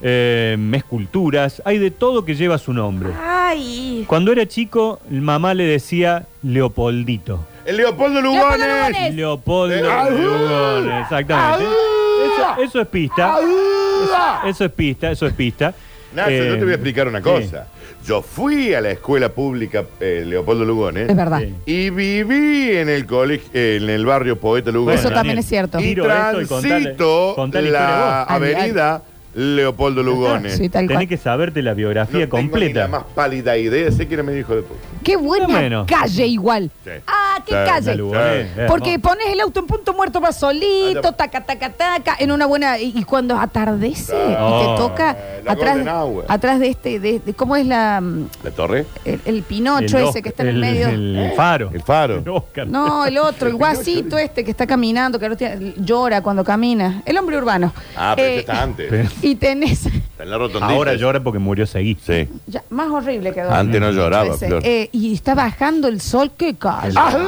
[SPEAKER 2] eh, esculturas, hay de todo que lleva su nombre.
[SPEAKER 1] ¡Ay!
[SPEAKER 2] Cuando era chico, el mamá le decía Leopoldito.
[SPEAKER 3] El Leopoldo
[SPEAKER 1] Leopoldo
[SPEAKER 3] Lugones.
[SPEAKER 1] Lugones.
[SPEAKER 2] Leopoldo
[SPEAKER 3] Eh,
[SPEAKER 2] de
[SPEAKER 3] ¡ayuda!
[SPEAKER 2] Lugones, exactamente.
[SPEAKER 3] ¡Ayuda!
[SPEAKER 2] Eso, eso es pista.
[SPEAKER 3] ¡Ayuda!
[SPEAKER 2] Eso, eso es pista, eso es pista.
[SPEAKER 3] Nacho,
[SPEAKER 2] Eh,
[SPEAKER 3] yo te voy a explicar una
[SPEAKER 2] sí.
[SPEAKER 3] cosa. Yo fui a la escuela pública eh, Leopoldo Lugones
[SPEAKER 1] Es verdad.
[SPEAKER 2] Sí.
[SPEAKER 3] y viví en el colegio, en el barrio Poeta Lugones.
[SPEAKER 1] Eso también es cierto.
[SPEAKER 3] y
[SPEAKER 2] tiro esto y contale-
[SPEAKER 3] transito
[SPEAKER 2] contale la historia
[SPEAKER 3] la
[SPEAKER 2] vos.
[SPEAKER 1] Ay, ay.
[SPEAKER 3] avenida Leopoldo Lugones.
[SPEAKER 1] Sí, tal cual.
[SPEAKER 2] Tenés que saberte la
[SPEAKER 3] No
[SPEAKER 2] biografía
[SPEAKER 3] tengo ni
[SPEAKER 2] completa.
[SPEAKER 3] la más pálida idea, sé que era medio hijo de puta.
[SPEAKER 1] ¡Qué buena
[SPEAKER 2] Más o menos.
[SPEAKER 1] calle igual!
[SPEAKER 3] Sí.
[SPEAKER 1] ¡Ah, qué
[SPEAKER 3] Sí,
[SPEAKER 1] calle!
[SPEAKER 2] La Lugones,
[SPEAKER 3] Sí.
[SPEAKER 2] eh, Ah,
[SPEAKER 1] Porque
[SPEAKER 2] hermoso.
[SPEAKER 1] pones el auto en punto muerto, vas solito,
[SPEAKER 3] Anda.
[SPEAKER 1] taca, taca, taca, en una buena. Y, y cuando atardece y
[SPEAKER 2] Ah,
[SPEAKER 1] te toca
[SPEAKER 3] eh, la
[SPEAKER 1] atrás,
[SPEAKER 3] Golden Hour.
[SPEAKER 1] atrás de este, de, de- ¿cómo es la mm,
[SPEAKER 3] ¿La torre?
[SPEAKER 1] el, el pinocho
[SPEAKER 2] El
[SPEAKER 1] ese que está en el
[SPEAKER 2] el-
[SPEAKER 1] medio?
[SPEAKER 2] El, faro.
[SPEAKER 3] El faro.
[SPEAKER 2] El Oscar.
[SPEAKER 1] No, el otro, el guasito este que está caminando, que ahora tiene- llora cuando camina. El hombre urbano.
[SPEAKER 3] Ah, pero
[SPEAKER 1] Eh,
[SPEAKER 3] ese está antes.
[SPEAKER 2] pero-
[SPEAKER 1] Y tenés.
[SPEAKER 3] Está en la rotondita.
[SPEAKER 2] Ahora llora porque murió Seguí.
[SPEAKER 3] Sí.
[SPEAKER 1] ya, más horrible quedó.
[SPEAKER 3] Antes no lloraba,
[SPEAKER 1] Ese,
[SPEAKER 3] Flor.
[SPEAKER 1] eh, y está bajando el sol, qué calle.
[SPEAKER 3] Ah, Ajá.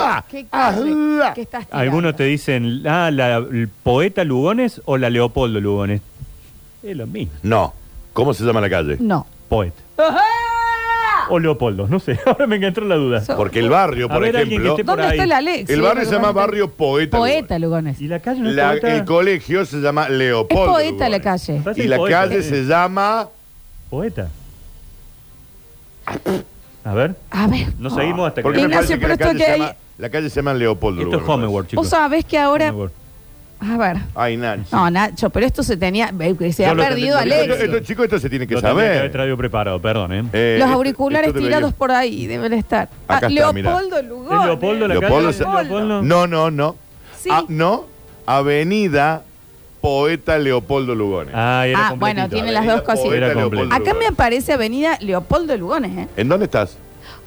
[SPEAKER 1] Ah, ¿Qué, qué calle,
[SPEAKER 3] Ajá.
[SPEAKER 1] que estás tirando.
[SPEAKER 2] Algunos te dicen, ah, la, el poeta Lugones o la Leopoldo Lugones. Es lo mismo.
[SPEAKER 3] No. ¿Cómo se llama la calle?
[SPEAKER 1] No.
[SPEAKER 2] Poeta. O Leopoldo, no sé. Ahora me entró la duda.
[SPEAKER 1] So-
[SPEAKER 3] Porque el barrio,
[SPEAKER 2] A
[SPEAKER 3] por
[SPEAKER 2] ver, alguien que
[SPEAKER 3] ejemplo.
[SPEAKER 2] esté por
[SPEAKER 1] ¿Dónde
[SPEAKER 2] ahí.
[SPEAKER 1] está la Alex?
[SPEAKER 3] El barrio se llama Barrio Poeta
[SPEAKER 1] Poeta Lugones.
[SPEAKER 2] ¿Y la calle no es
[SPEAKER 3] la-
[SPEAKER 2] poeta?
[SPEAKER 3] el colegio se llama
[SPEAKER 1] Es
[SPEAKER 3] Leopoldo.
[SPEAKER 1] poeta la
[SPEAKER 3] Lugones.
[SPEAKER 1] calle.
[SPEAKER 2] Parece
[SPEAKER 3] Y la
[SPEAKER 2] poeta. eh.
[SPEAKER 3] calle se llama.
[SPEAKER 2] Poeta. A ver,
[SPEAKER 1] A ver.
[SPEAKER 2] no seguimos hasta que...
[SPEAKER 3] Ah. Porque me
[SPEAKER 1] Ignacio,
[SPEAKER 3] parece que la
[SPEAKER 1] pero
[SPEAKER 3] calle
[SPEAKER 1] esto
[SPEAKER 3] se
[SPEAKER 1] que hay-
[SPEAKER 3] llama. La calle se llama Leopoldo.
[SPEAKER 2] Esto es
[SPEAKER 3] Lugones.
[SPEAKER 2] homework, chicos.
[SPEAKER 1] Vos sabés que ahora.
[SPEAKER 2] Homework.
[SPEAKER 1] A ver.
[SPEAKER 3] Ay, Nacho.
[SPEAKER 1] No, Nacho, pero esto se tenía. eh, Se
[SPEAKER 2] Yo
[SPEAKER 1] ha
[SPEAKER 2] lo
[SPEAKER 1] perdido
[SPEAKER 2] tendría-
[SPEAKER 1] Alex.
[SPEAKER 3] Esto, esto, chicos, esto se tiene que
[SPEAKER 2] Lo tendría que haber
[SPEAKER 3] saber.
[SPEAKER 2] traído preparado, perdón, ¿eh?
[SPEAKER 3] Eh,
[SPEAKER 1] Los
[SPEAKER 3] esto-
[SPEAKER 1] auriculares
[SPEAKER 3] esto debería-
[SPEAKER 1] tirados por ahí deben estar.
[SPEAKER 3] Acá está,
[SPEAKER 1] Leopoldo Lugones.
[SPEAKER 2] ¿Es Leopoldo la
[SPEAKER 3] Leopoldo
[SPEAKER 2] calle?
[SPEAKER 3] se-
[SPEAKER 2] Leopoldo.
[SPEAKER 3] No, no, no.
[SPEAKER 1] Sí.
[SPEAKER 3] Ah, no. Avenida Poeta Leopoldo Lugones.
[SPEAKER 2] Ah, era
[SPEAKER 1] Ah,
[SPEAKER 2] completito.
[SPEAKER 1] bueno, tiene
[SPEAKER 3] Avenida
[SPEAKER 1] las dos
[SPEAKER 3] Poeta
[SPEAKER 1] cositas.
[SPEAKER 2] Era completo.
[SPEAKER 3] Leopoldo
[SPEAKER 1] Acá me
[SPEAKER 3] Lugones.
[SPEAKER 1] aparece Avenida Leopoldo Lugones, ¿eh?
[SPEAKER 3] ¿En dónde estás?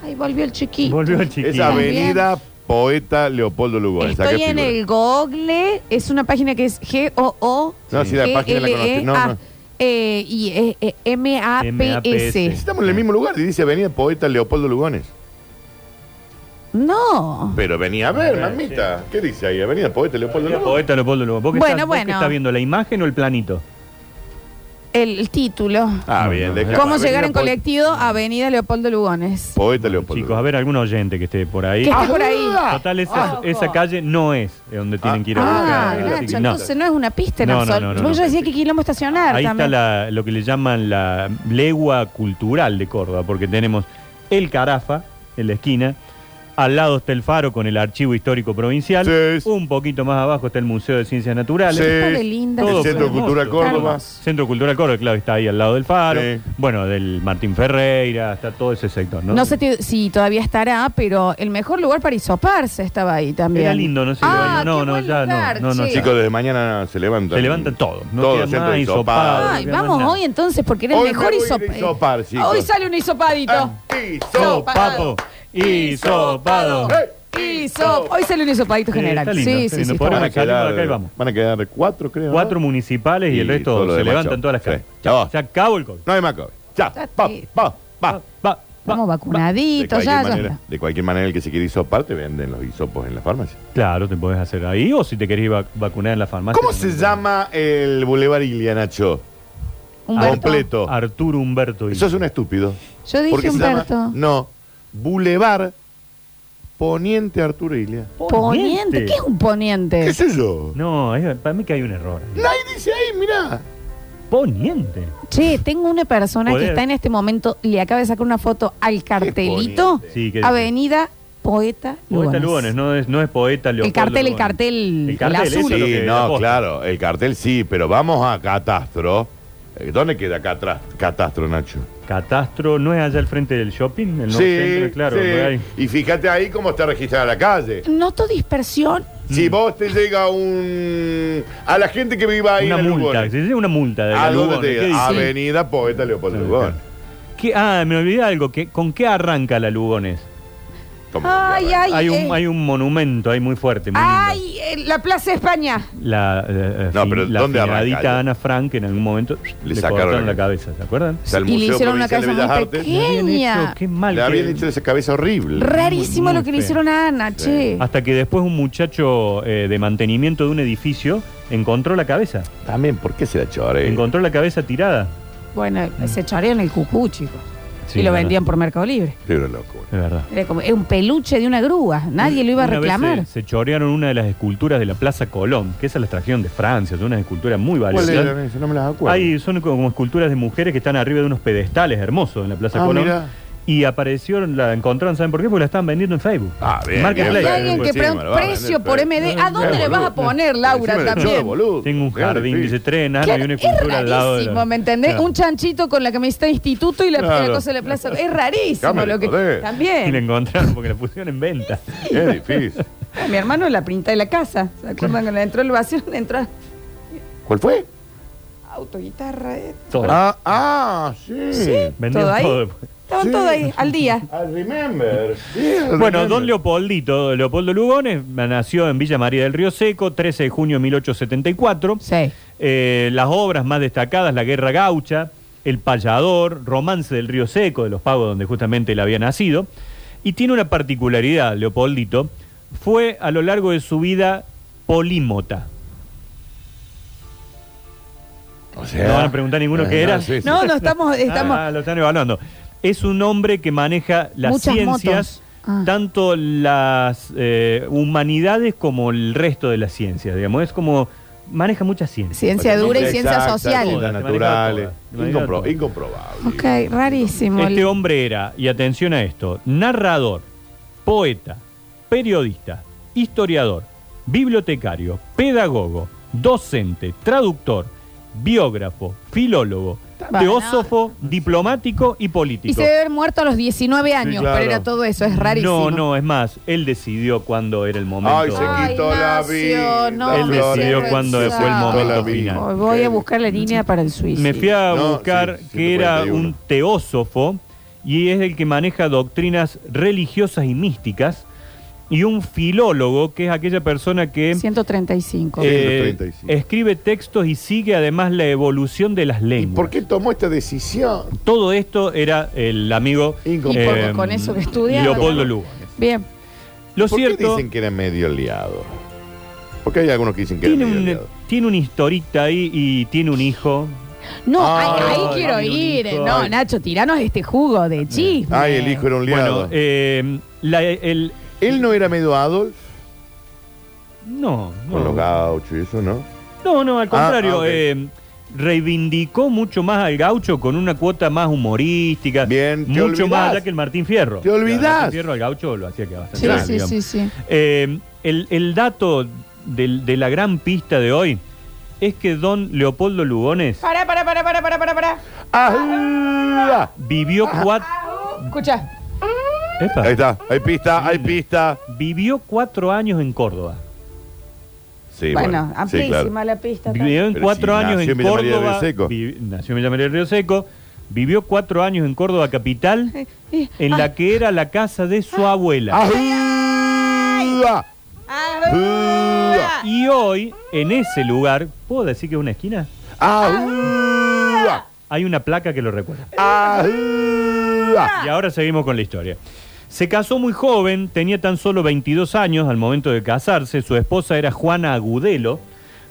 [SPEAKER 1] Ahí volvió el chiquito.
[SPEAKER 2] Volvió el chiquito.
[SPEAKER 3] Es Avenida Poeta Leopoldo Lugones. ¿A qué
[SPEAKER 1] Estoy en
[SPEAKER 3] figura?
[SPEAKER 1] el Google. Es una página que es G-O-O.
[SPEAKER 3] No, sí,
[SPEAKER 1] E
[SPEAKER 3] la página la conocí. No,
[SPEAKER 1] G-L-E-A,
[SPEAKER 3] no.
[SPEAKER 1] eh, y eh, eh, M-A-P-S.
[SPEAKER 2] M-A-P-S.
[SPEAKER 3] Estamos en el mismo lugar y dice Avenida Poeta Leopoldo Lugones.
[SPEAKER 1] No.
[SPEAKER 3] Pero venía a ver, mamita. ¿Qué dice ahí? Avenida Poeta Leopoldo
[SPEAKER 2] Era
[SPEAKER 3] Lugones.
[SPEAKER 2] Poeta Leopoldo Lugones. ¿Vos qué
[SPEAKER 1] Bueno,
[SPEAKER 2] estás, vos qué
[SPEAKER 1] bueno.
[SPEAKER 2] estás viendo la imagen o el planito?
[SPEAKER 1] El, el título.
[SPEAKER 3] Ah, bien, deja.
[SPEAKER 1] ¿Cómo
[SPEAKER 3] Avenida
[SPEAKER 1] llegar en
[SPEAKER 3] Po-
[SPEAKER 1] colectivo a Avenida Leopoldo Lugones?
[SPEAKER 3] Poeta Leopoldo.
[SPEAKER 2] Chicos, a ver, algún oyente que esté por ahí.
[SPEAKER 1] Que esté por ahí.
[SPEAKER 2] Total, esa,
[SPEAKER 1] Ah,
[SPEAKER 2] esa calle no es donde tienen que ir a
[SPEAKER 1] Ah,
[SPEAKER 2] buscar.
[SPEAKER 1] Nacho,
[SPEAKER 2] Así que no.
[SPEAKER 1] entonces no es una pista en
[SPEAKER 2] No, no,
[SPEAKER 1] absoluto.
[SPEAKER 2] no, no,
[SPEAKER 1] Porque
[SPEAKER 2] no.
[SPEAKER 1] yo decía que quilombo estacionar
[SPEAKER 2] Ahí está
[SPEAKER 1] también.
[SPEAKER 2] la, lo que le llaman la legua cultural de Córdoba, porque tenemos el Carafa en la esquina, al lado está el Faro con el Archivo Histórico Provincial,
[SPEAKER 3] Sí.
[SPEAKER 2] un poquito más abajo está el Museo de Ciencias Naturales,
[SPEAKER 3] Sí.
[SPEAKER 1] Está de linda.
[SPEAKER 2] Todo
[SPEAKER 3] El Centro de
[SPEAKER 2] hermoso.
[SPEAKER 3] Cultura Córdoba.
[SPEAKER 1] Carlos.
[SPEAKER 2] Centro Cultural Córdoba, claro, está ahí al lado del Faro,
[SPEAKER 3] Sí.
[SPEAKER 2] bueno, del Martín Ferreira, está todo ese sector, ¿no?
[SPEAKER 1] No sé ti- si todavía estará, pero el mejor lugar para hisoparse estaba ahí también.
[SPEAKER 2] Era lindo, no sé,
[SPEAKER 1] Ah,
[SPEAKER 2] no,
[SPEAKER 1] qué
[SPEAKER 2] no,
[SPEAKER 1] buen
[SPEAKER 2] ya no,
[SPEAKER 1] lugar,
[SPEAKER 2] no, no,
[SPEAKER 1] che.
[SPEAKER 3] Chicos, desde mañana se levantan.
[SPEAKER 2] Se levantan todo, no
[SPEAKER 3] todo,
[SPEAKER 2] queda
[SPEAKER 3] siento
[SPEAKER 2] más hisopado.
[SPEAKER 1] Ay, vamos hoy entonces porque era el
[SPEAKER 3] Hoy me
[SPEAKER 1] mejor
[SPEAKER 3] voy a
[SPEAKER 1] hisop-
[SPEAKER 3] ir a hisopar, chicos.
[SPEAKER 1] Hoy sale un hisopadito.
[SPEAKER 2] Ah,
[SPEAKER 3] Ah,
[SPEAKER 2] Hisopado. Hisopado.
[SPEAKER 1] Hisop- Hoy sale un hisopadito
[SPEAKER 2] Sí,
[SPEAKER 1] general.
[SPEAKER 2] está lindo,
[SPEAKER 1] sí,
[SPEAKER 2] está
[SPEAKER 1] sí,
[SPEAKER 2] lindo.
[SPEAKER 1] sí. está
[SPEAKER 2] Podemos
[SPEAKER 1] bueno.
[SPEAKER 3] Van a,
[SPEAKER 2] Salimos de acá y
[SPEAKER 3] quedar,
[SPEAKER 2] vamos.
[SPEAKER 3] van a quedar cuatro, creo. ¿no?
[SPEAKER 2] Cuatro municipales y, el
[SPEAKER 3] Y todo
[SPEAKER 2] resto
[SPEAKER 3] lo
[SPEAKER 2] se
[SPEAKER 3] demás,
[SPEAKER 2] levantan
[SPEAKER 3] chao.
[SPEAKER 2] todas las
[SPEAKER 3] Sí.
[SPEAKER 2] calles.
[SPEAKER 3] Chao.
[SPEAKER 2] Se acabó el COVID.
[SPEAKER 3] No hay más COVID. Ya,
[SPEAKER 1] Ya
[SPEAKER 3] va,
[SPEAKER 1] está.
[SPEAKER 3] va, va.
[SPEAKER 2] Va, va,
[SPEAKER 1] Estamos
[SPEAKER 2] va.
[SPEAKER 3] De
[SPEAKER 1] vacunaditos,
[SPEAKER 3] cualquier,
[SPEAKER 1] ya, ya.
[SPEAKER 3] manera, de cualquier manera, el que se quiere hisopar, te venden los hisopos en la farmacia.
[SPEAKER 2] Claro, te podés hacer ahí o si te querés vac- vacunar en la farmacia.
[SPEAKER 3] ¿Cómo se
[SPEAKER 2] también.
[SPEAKER 3] llama el Boulevard Ilia, Nacho?
[SPEAKER 1] Humberto.
[SPEAKER 3] Completo.
[SPEAKER 2] Arturo Humberto.
[SPEAKER 3] Eso es un
[SPEAKER 2] Ilia.
[SPEAKER 3] estúpido.
[SPEAKER 1] Yo dije
[SPEAKER 3] Porque se llama-
[SPEAKER 1] Humberto.
[SPEAKER 3] no, Boulevard Poniente Arturo Ilia.
[SPEAKER 1] Poniente. ¿Qué es un poniente?
[SPEAKER 3] ¿Qué sé yo?
[SPEAKER 2] No, es- para mí que hay un error.
[SPEAKER 3] Nadie dice ahí, mirá.
[SPEAKER 2] poniente.
[SPEAKER 1] Che, tengo una persona
[SPEAKER 2] Joder.
[SPEAKER 1] que está en este momento, le acaba de sacar una foto al cartelito.
[SPEAKER 3] poniente.
[SPEAKER 2] Sí, ¿qué dice?
[SPEAKER 1] Avenida Poeta Lugones.
[SPEAKER 2] Poeta Lugones, no es, no es poeta Leopoldo
[SPEAKER 1] cartel, el
[SPEAKER 2] Lugones.
[SPEAKER 1] cartel,
[SPEAKER 2] El cartel,
[SPEAKER 1] el
[SPEAKER 2] eso
[SPEAKER 1] azul.
[SPEAKER 2] es lo
[SPEAKER 3] Sí,
[SPEAKER 2] que
[SPEAKER 3] no,
[SPEAKER 2] aposta.
[SPEAKER 3] claro, el cartel sí, pero vamos a Catastro. Eh, ¿Dónde queda Catra- Catastro, Nacho?
[SPEAKER 2] Catastro, ¿no es allá al frente del shopping? El nuevo centro, claro.
[SPEAKER 3] sí.
[SPEAKER 2] no hay-
[SPEAKER 3] Y fíjate ahí cómo está registrada la calle.
[SPEAKER 1] Noto dispersión.
[SPEAKER 2] Mm.
[SPEAKER 3] Si vos te llega un... A la gente que viva ahí
[SPEAKER 2] Una
[SPEAKER 3] en el
[SPEAKER 2] multa,
[SPEAKER 3] Lugones.
[SPEAKER 2] se dice una multa de
[SPEAKER 3] ¿A
[SPEAKER 2] la
[SPEAKER 3] dónde
[SPEAKER 2] Lugones,
[SPEAKER 3] te
[SPEAKER 2] ¿qué
[SPEAKER 3] llega?
[SPEAKER 2] dice?
[SPEAKER 3] Avenida Poeta Leopoldo Lugones.
[SPEAKER 2] ¿Qué? Ah, me olvidé algo. ¿qué- ¿Con qué arranca la Lugones?
[SPEAKER 3] ¿Cómo?
[SPEAKER 1] Ay, ay,
[SPEAKER 2] Hay un,
[SPEAKER 1] eh,
[SPEAKER 2] hay un monumento ahí muy fuerte. Muy lindo.
[SPEAKER 1] ay, eh, la Plaza España.
[SPEAKER 2] La, eh,
[SPEAKER 3] No,
[SPEAKER 2] fin-
[SPEAKER 3] pero
[SPEAKER 2] la
[SPEAKER 3] ¿dónde arranca?
[SPEAKER 2] finadita Ana Frank en algún momento
[SPEAKER 3] Le
[SPEAKER 2] le,
[SPEAKER 3] sacaron
[SPEAKER 2] cortaron
[SPEAKER 3] la
[SPEAKER 2] la cabeza, ¿se acuerdan?
[SPEAKER 3] Está el
[SPEAKER 1] y le
[SPEAKER 3] Museo
[SPEAKER 1] hicieron una
[SPEAKER 3] Provincial de
[SPEAKER 1] casa
[SPEAKER 3] Bellas
[SPEAKER 1] muy pequeña.
[SPEAKER 3] Artes.
[SPEAKER 1] Genia.
[SPEAKER 2] qué mal.
[SPEAKER 3] Le habían
[SPEAKER 2] que-
[SPEAKER 3] hecho esa cabeza horrible.
[SPEAKER 1] Rarísimo
[SPEAKER 2] Muy
[SPEAKER 1] lo que le
[SPEAKER 2] feo. Ah.
[SPEAKER 1] hicieron a Ana, che.
[SPEAKER 2] Hasta que después un muchacho eh, de mantenimiento de un edificio encontró la cabeza.
[SPEAKER 3] También, ¿por qué se la chore?
[SPEAKER 2] Encontró la cabeza tirada.
[SPEAKER 1] Bueno, se chorearon el cucú, chicos.
[SPEAKER 2] Mm. Sí,
[SPEAKER 1] y lo
[SPEAKER 2] verdad.
[SPEAKER 1] vendían por Mercado Libre.
[SPEAKER 3] Pero loco.
[SPEAKER 2] Es verdad.
[SPEAKER 1] Era como es un peluche de una grúa. Nadie lo iba a
[SPEAKER 2] Mm, Una vez eh,
[SPEAKER 1] reclamar.
[SPEAKER 2] se, se chorearon una de las esculturas de la Plaza Colón, que esa la trajeron de Francia, es una escultura muy valiosa.
[SPEAKER 3] No me las acuerdo.
[SPEAKER 2] Ahí son como esculturas de mujeres que están arriba de unos pedestales hermosos en la Plaza
[SPEAKER 3] Ah,
[SPEAKER 2] Colón.
[SPEAKER 3] mira.
[SPEAKER 2] Y aparecieron, la encontraron, ¿saben por qué? Porque la estaban vendiendo en Facebook.
[SPEAKER 3] Ah, bien,
[SPEAKER 2] Marketplace.
[SPEAKER 1] Hay
[SPEAKER 3] bien,
[SPEAKER 1] alguien que
[SPEAKER 3] Sí, me
[SPEAKER 1] pregunta
[SPEAKER 3] lo va a vender,
[SPEAKER 1] precio por
[SPEAKER 3] pero-
[SPEAKER 1] MD. ¿A dónde
[SPEAKER 3] Qué
[SPEAKER 1] le vas a
[SPEAKER 3] boludo.
[SPEAKER 1] poner, Laura,
[SPEAKER 3] Encima le choro,
[SPEAKER 1] también?
[SPEAKER 3] boludo.
[SPEAKER 2] Tengo un
[SPEAKER 3] Qué
[SPEAKER 2] jardín,
[SPEAKER 3] difícil.
[SPEAKER 2] dice tres nada,
[SPEAKER 1] Claro,
[SPEAKER 2] hay una
[SPEAKER 1] es
[SPEAKER 2] escultura al lado. de la-
[SPEAKER 1] rarísimo, ¿me entendés?
[SPEAKER 2] Claro.
[SPEAKER 1] Un chanchito con la camisa de instituto y la,
[SPEAKER 3] Claro.
[SPEAKER 1] la cosa de la plaza. Es rarísimo
[SPEAKER 3] Cámara,
[SPEAKER 1] lo que.
[SPEAKER 3] joder.
[SPEAKER 2] Y la
[SPEAKER 1] También.
[SPEAKER 2] encontraron porque la pusieron en venta.
[SPEAKER 3] Qué difícil.
[SPEAKER 1] A Ah, mi hermano la pinta de la casa. ¿Se acuerdan cuando entró el vacío? Entró
[SPEAKER 3] ¿Cuál fue?
[SPEAKER 1] autoguitarra. eh.
[SPEAKER 2] Todo.
[SPEAKER 3] Ah, ah, sí.
[SPEAKER 2] Vendieron
[SPEAKER 1] todo ahí.
[SPEAKER 2] todo después.
[SPEAKER 1] Estaban
[SPEAKER 3] Sí.
[SPEAKER 1] todos ahí, al día.
[SPEAKER 3] I remember. Sí, I
[SPEAKER 2] Bueno,
[SPEAKER 3] remember.
[SPEAKER 2] don Leopoldito, Leopoldo Lugones, nació en Villa María del Río Seco, 13 de junio de 1874.
[SPEAKER 1] Sí.
[SPEAKER 2] Eh, las obras más destacadas, La Guerra Gaucha, El Payador, Romance del Río Seco, de los pagos donde justamente él había nacido. Y tiene una particularidad, Leopoldito, fue a lo largo de su vida polímota.
[SPEAKER 3] O sea, eh,
[SPEAKER 2] No van a preguntar ninguno qué era.
[SPEAKER 3] sí, sí.
[SPEAKER 1] No, no, estamos. estamos
[SPEAKER 2] Ah, lo están evaluando. Es un hombre que maneja las
[SPEAKER 1] Muchas motos.
[SPEAKER 2] ciencias,
[SPEAKER 1] Ah.
[SPEAKER 2] tanto las eh, humanidades como el resto de las ciencias, digamos. Es como, maneja muchas ciencias.
[SPEAKER 1] Ciencia
[SPEAKER 3] Porque
[SPEAKER 1] dura y
[SPEAKER 3] son
[SPEAKER 1] ciencia
[SPEAKER 3] exactas,
[SPEAKER 1] social.
[SPEAKER 2] todas.
[SPEAKER 3] ciencias naturales.
[SPEAKER 2] Te maneja
[SPEAKER 3] Incompro-
[SPEAKER 2] todo.
[SPEAKER 3] incomprobable.
[SPEAKER 1] Ok, rarísimo.
[SPEAKER 2] Este hombre era, y atención a esto, narrador, poeta, periodista, historiador, bibliotecario, pedagogo, docente, traductor, biógrafo, filólogo,
[SPEAKER 1] Bueno.
[SPEAKER 2] teósofo, diplomático y político.
[SPEAKER 1] Y se debe haber muerto a los 19 años,
[SPEAKER 3] claro.
[SPEAKER 1] pero era todo eso, es rarísimo.
[SPEAKER 2] No, no, es más, él decidió cuándo era el momento.
[SPEAKER 3] Ay, se
[SPEAKER 1] Ay,
[SPEAKER 3] quitó la
[SPEAKER 1] Ignacio,
[SPEAKER 3] vida.
[SPEAKER 1] no,
[SPEAKER 2] Él
[SPEAKER 1] me
[SPEAKER 2] decidió
[SPEAKER 1] siento
[SPEAKER 2] cuándo
[SPEAKER 1] cansado.
[SPEAKER 2] fue el momento
[SPEAKER 3] Hola, vi.
[SPEAKER 2] final.
[SPEAKER 1] Hoy voy a buscar la línea para el suicidio.
[SPEAKER 2] Me fui a
[SPEAKER 3] No,
[SPEAKER 2] buscar
[SPEAKER 3] sí,
[SPEAKER 2] que era
[SPEAKER 3] 141.
[SPEAKER 2] un teósofo y es el que maneja doctrinas religiosas y místicas y un filólogo que es aquella persona que
[SPEAKER 1] 135.
[SPEAKER 3] Eh,
[SPEAKER 2] eh,
[SPEAKER 3] 135.
[SPEAKER 2] escribe textos y sigue además la evolución de las
[SPEAKER 3] ¿Y
[SPEAKER 2] lenguas.
[SPEAKER 3] por qué tomó esta decisión?
[SPEAKER 2] Todo esto era el amigo eh,
[SPEAKER 3] Incomprobable.
[SPEAKER 1] Y por- con eso que estudiaba.
[SPEAKER 2] Leopoldo Lugones.
[SPEAKER 1] Bien.
[SPEAKER 2] Lo
[SPEAKER 3] ¿Por qué
[SPEAKER 2] cierto
[SPEAKER 3] dicen que era medio liado? Porque hay algunos que dicen que era
[SPEAKER 2] tiene
[SPEAKER 3] medio
[SPEAKER 2] un,
[SPEAKER 3] liado.
[SPEAKER 2] tiene una historita ahí y tiene un hijo
[SPEAKER 1] No,
[SPEAKER 3] Ah,
[SPEAKER 1] ahí, ahí
[SPEAKER 2] ay,
[SPEAKER 1] quiero
[SPEAKER 2] ay,
[SPEAKER 1] ir. eh,
[SPEAKER 2] Nico,
[SPEAKER 1] No,
[SPEAKER 2] ay.
[SPEAKER 1] Nacho, tiranos este jugo de chisme.
[SPEAKER 3] Ay, el hijo era un liado.
[SPEAKER 2] Bueno, eh, la- el.
[SPEAKER 3] Él no era medio Adolf
[SPEAKER 2] No, no.
[SPEAKER 3] con los gauchos y eso, ¿no?
[SPEAKER 2] No, no, al contrario.
[SPEAKER 3] Ah, ah, ok.
[SPEAKER 2] eh, reivindicó mucho más al gaucho con una cuota más humorística.
[SPEAKER 3] Bien, te
[SPEAKER 2] Mucho
[SPEAKER 3] olvidás.
[SPEAKER 2] más allá que el Martín Fierro.
[SPEAKER 3] Te olvidás.
[SPEAKER 2] O sea, el Martín Fierro al gaucho lo hacía que bastante
[SPEAKER 1] Sí,
[SPEAKER 2] bien,
[SPEAKER 1] sí,
[SPEAKER 2] digamos.
[SPEAKER 1] sí, sí.
[SPEAKER 2] Eh, el, el dato del- de la gran pista de hoy es que don Leopoldo Lugones
[SPEAKER 1] Pará, pará, pará, pará, pará, pará, pará.
[SPEAKER 3] ¡Ah!
[SPEAKER 2] vivió cuatro.
[SPEAKER 1] Escucha.
[SPEAKER 3] Ahí está, hay pista, hay pista.
[SPEAKER 2] Vivió cuatro años en Córdoba.
[SPEAKER 3] Sí,
[SPEAKER 1] bueno,
[SPEAKER 3] sí,
[SPEAKER 1] amplísima
[SPEAKER 3] claro.
[SPEAKER 1] la pista.
[SPEAKER 2] Vivió en
[SPEAKER 3] Pero
[SPEAKER 2] cuatro
[SPEAKER 3] si
[SPEAKER 2] años
[SPEAKER 3] nació
[SPEAKER 2] en
[SPEAKER 3] en Villa María del
[SPEAKER 2] Córdoba.
[SPEAKER 3] Río Seco.
[SPEAKER 2] vi- nació en Villa María del Río Seco. Vivió cuatro años en Córdoba capital,
[SPEAKER 1] eh,
[SPEAKER 2] en la que era la casa de su abuela.
[SPEAKER 3] ¡Ah! ¡Ah!
[SPEAKER 2] Y hoy, en ese lugar, ¿puedo decir que es una esquina?
[SPEAKER 3] ¡Ah!
[SPEAKER 2] Hay una placa que lo recuerda.
[SPEAKER 3] ¡Ah!
[SPEAKER 2] Y ahora seguimos con la historia. Se casó muy joven, tenía tan solo 22 años al momento de casarse. Su esposa era Juana Agudelo,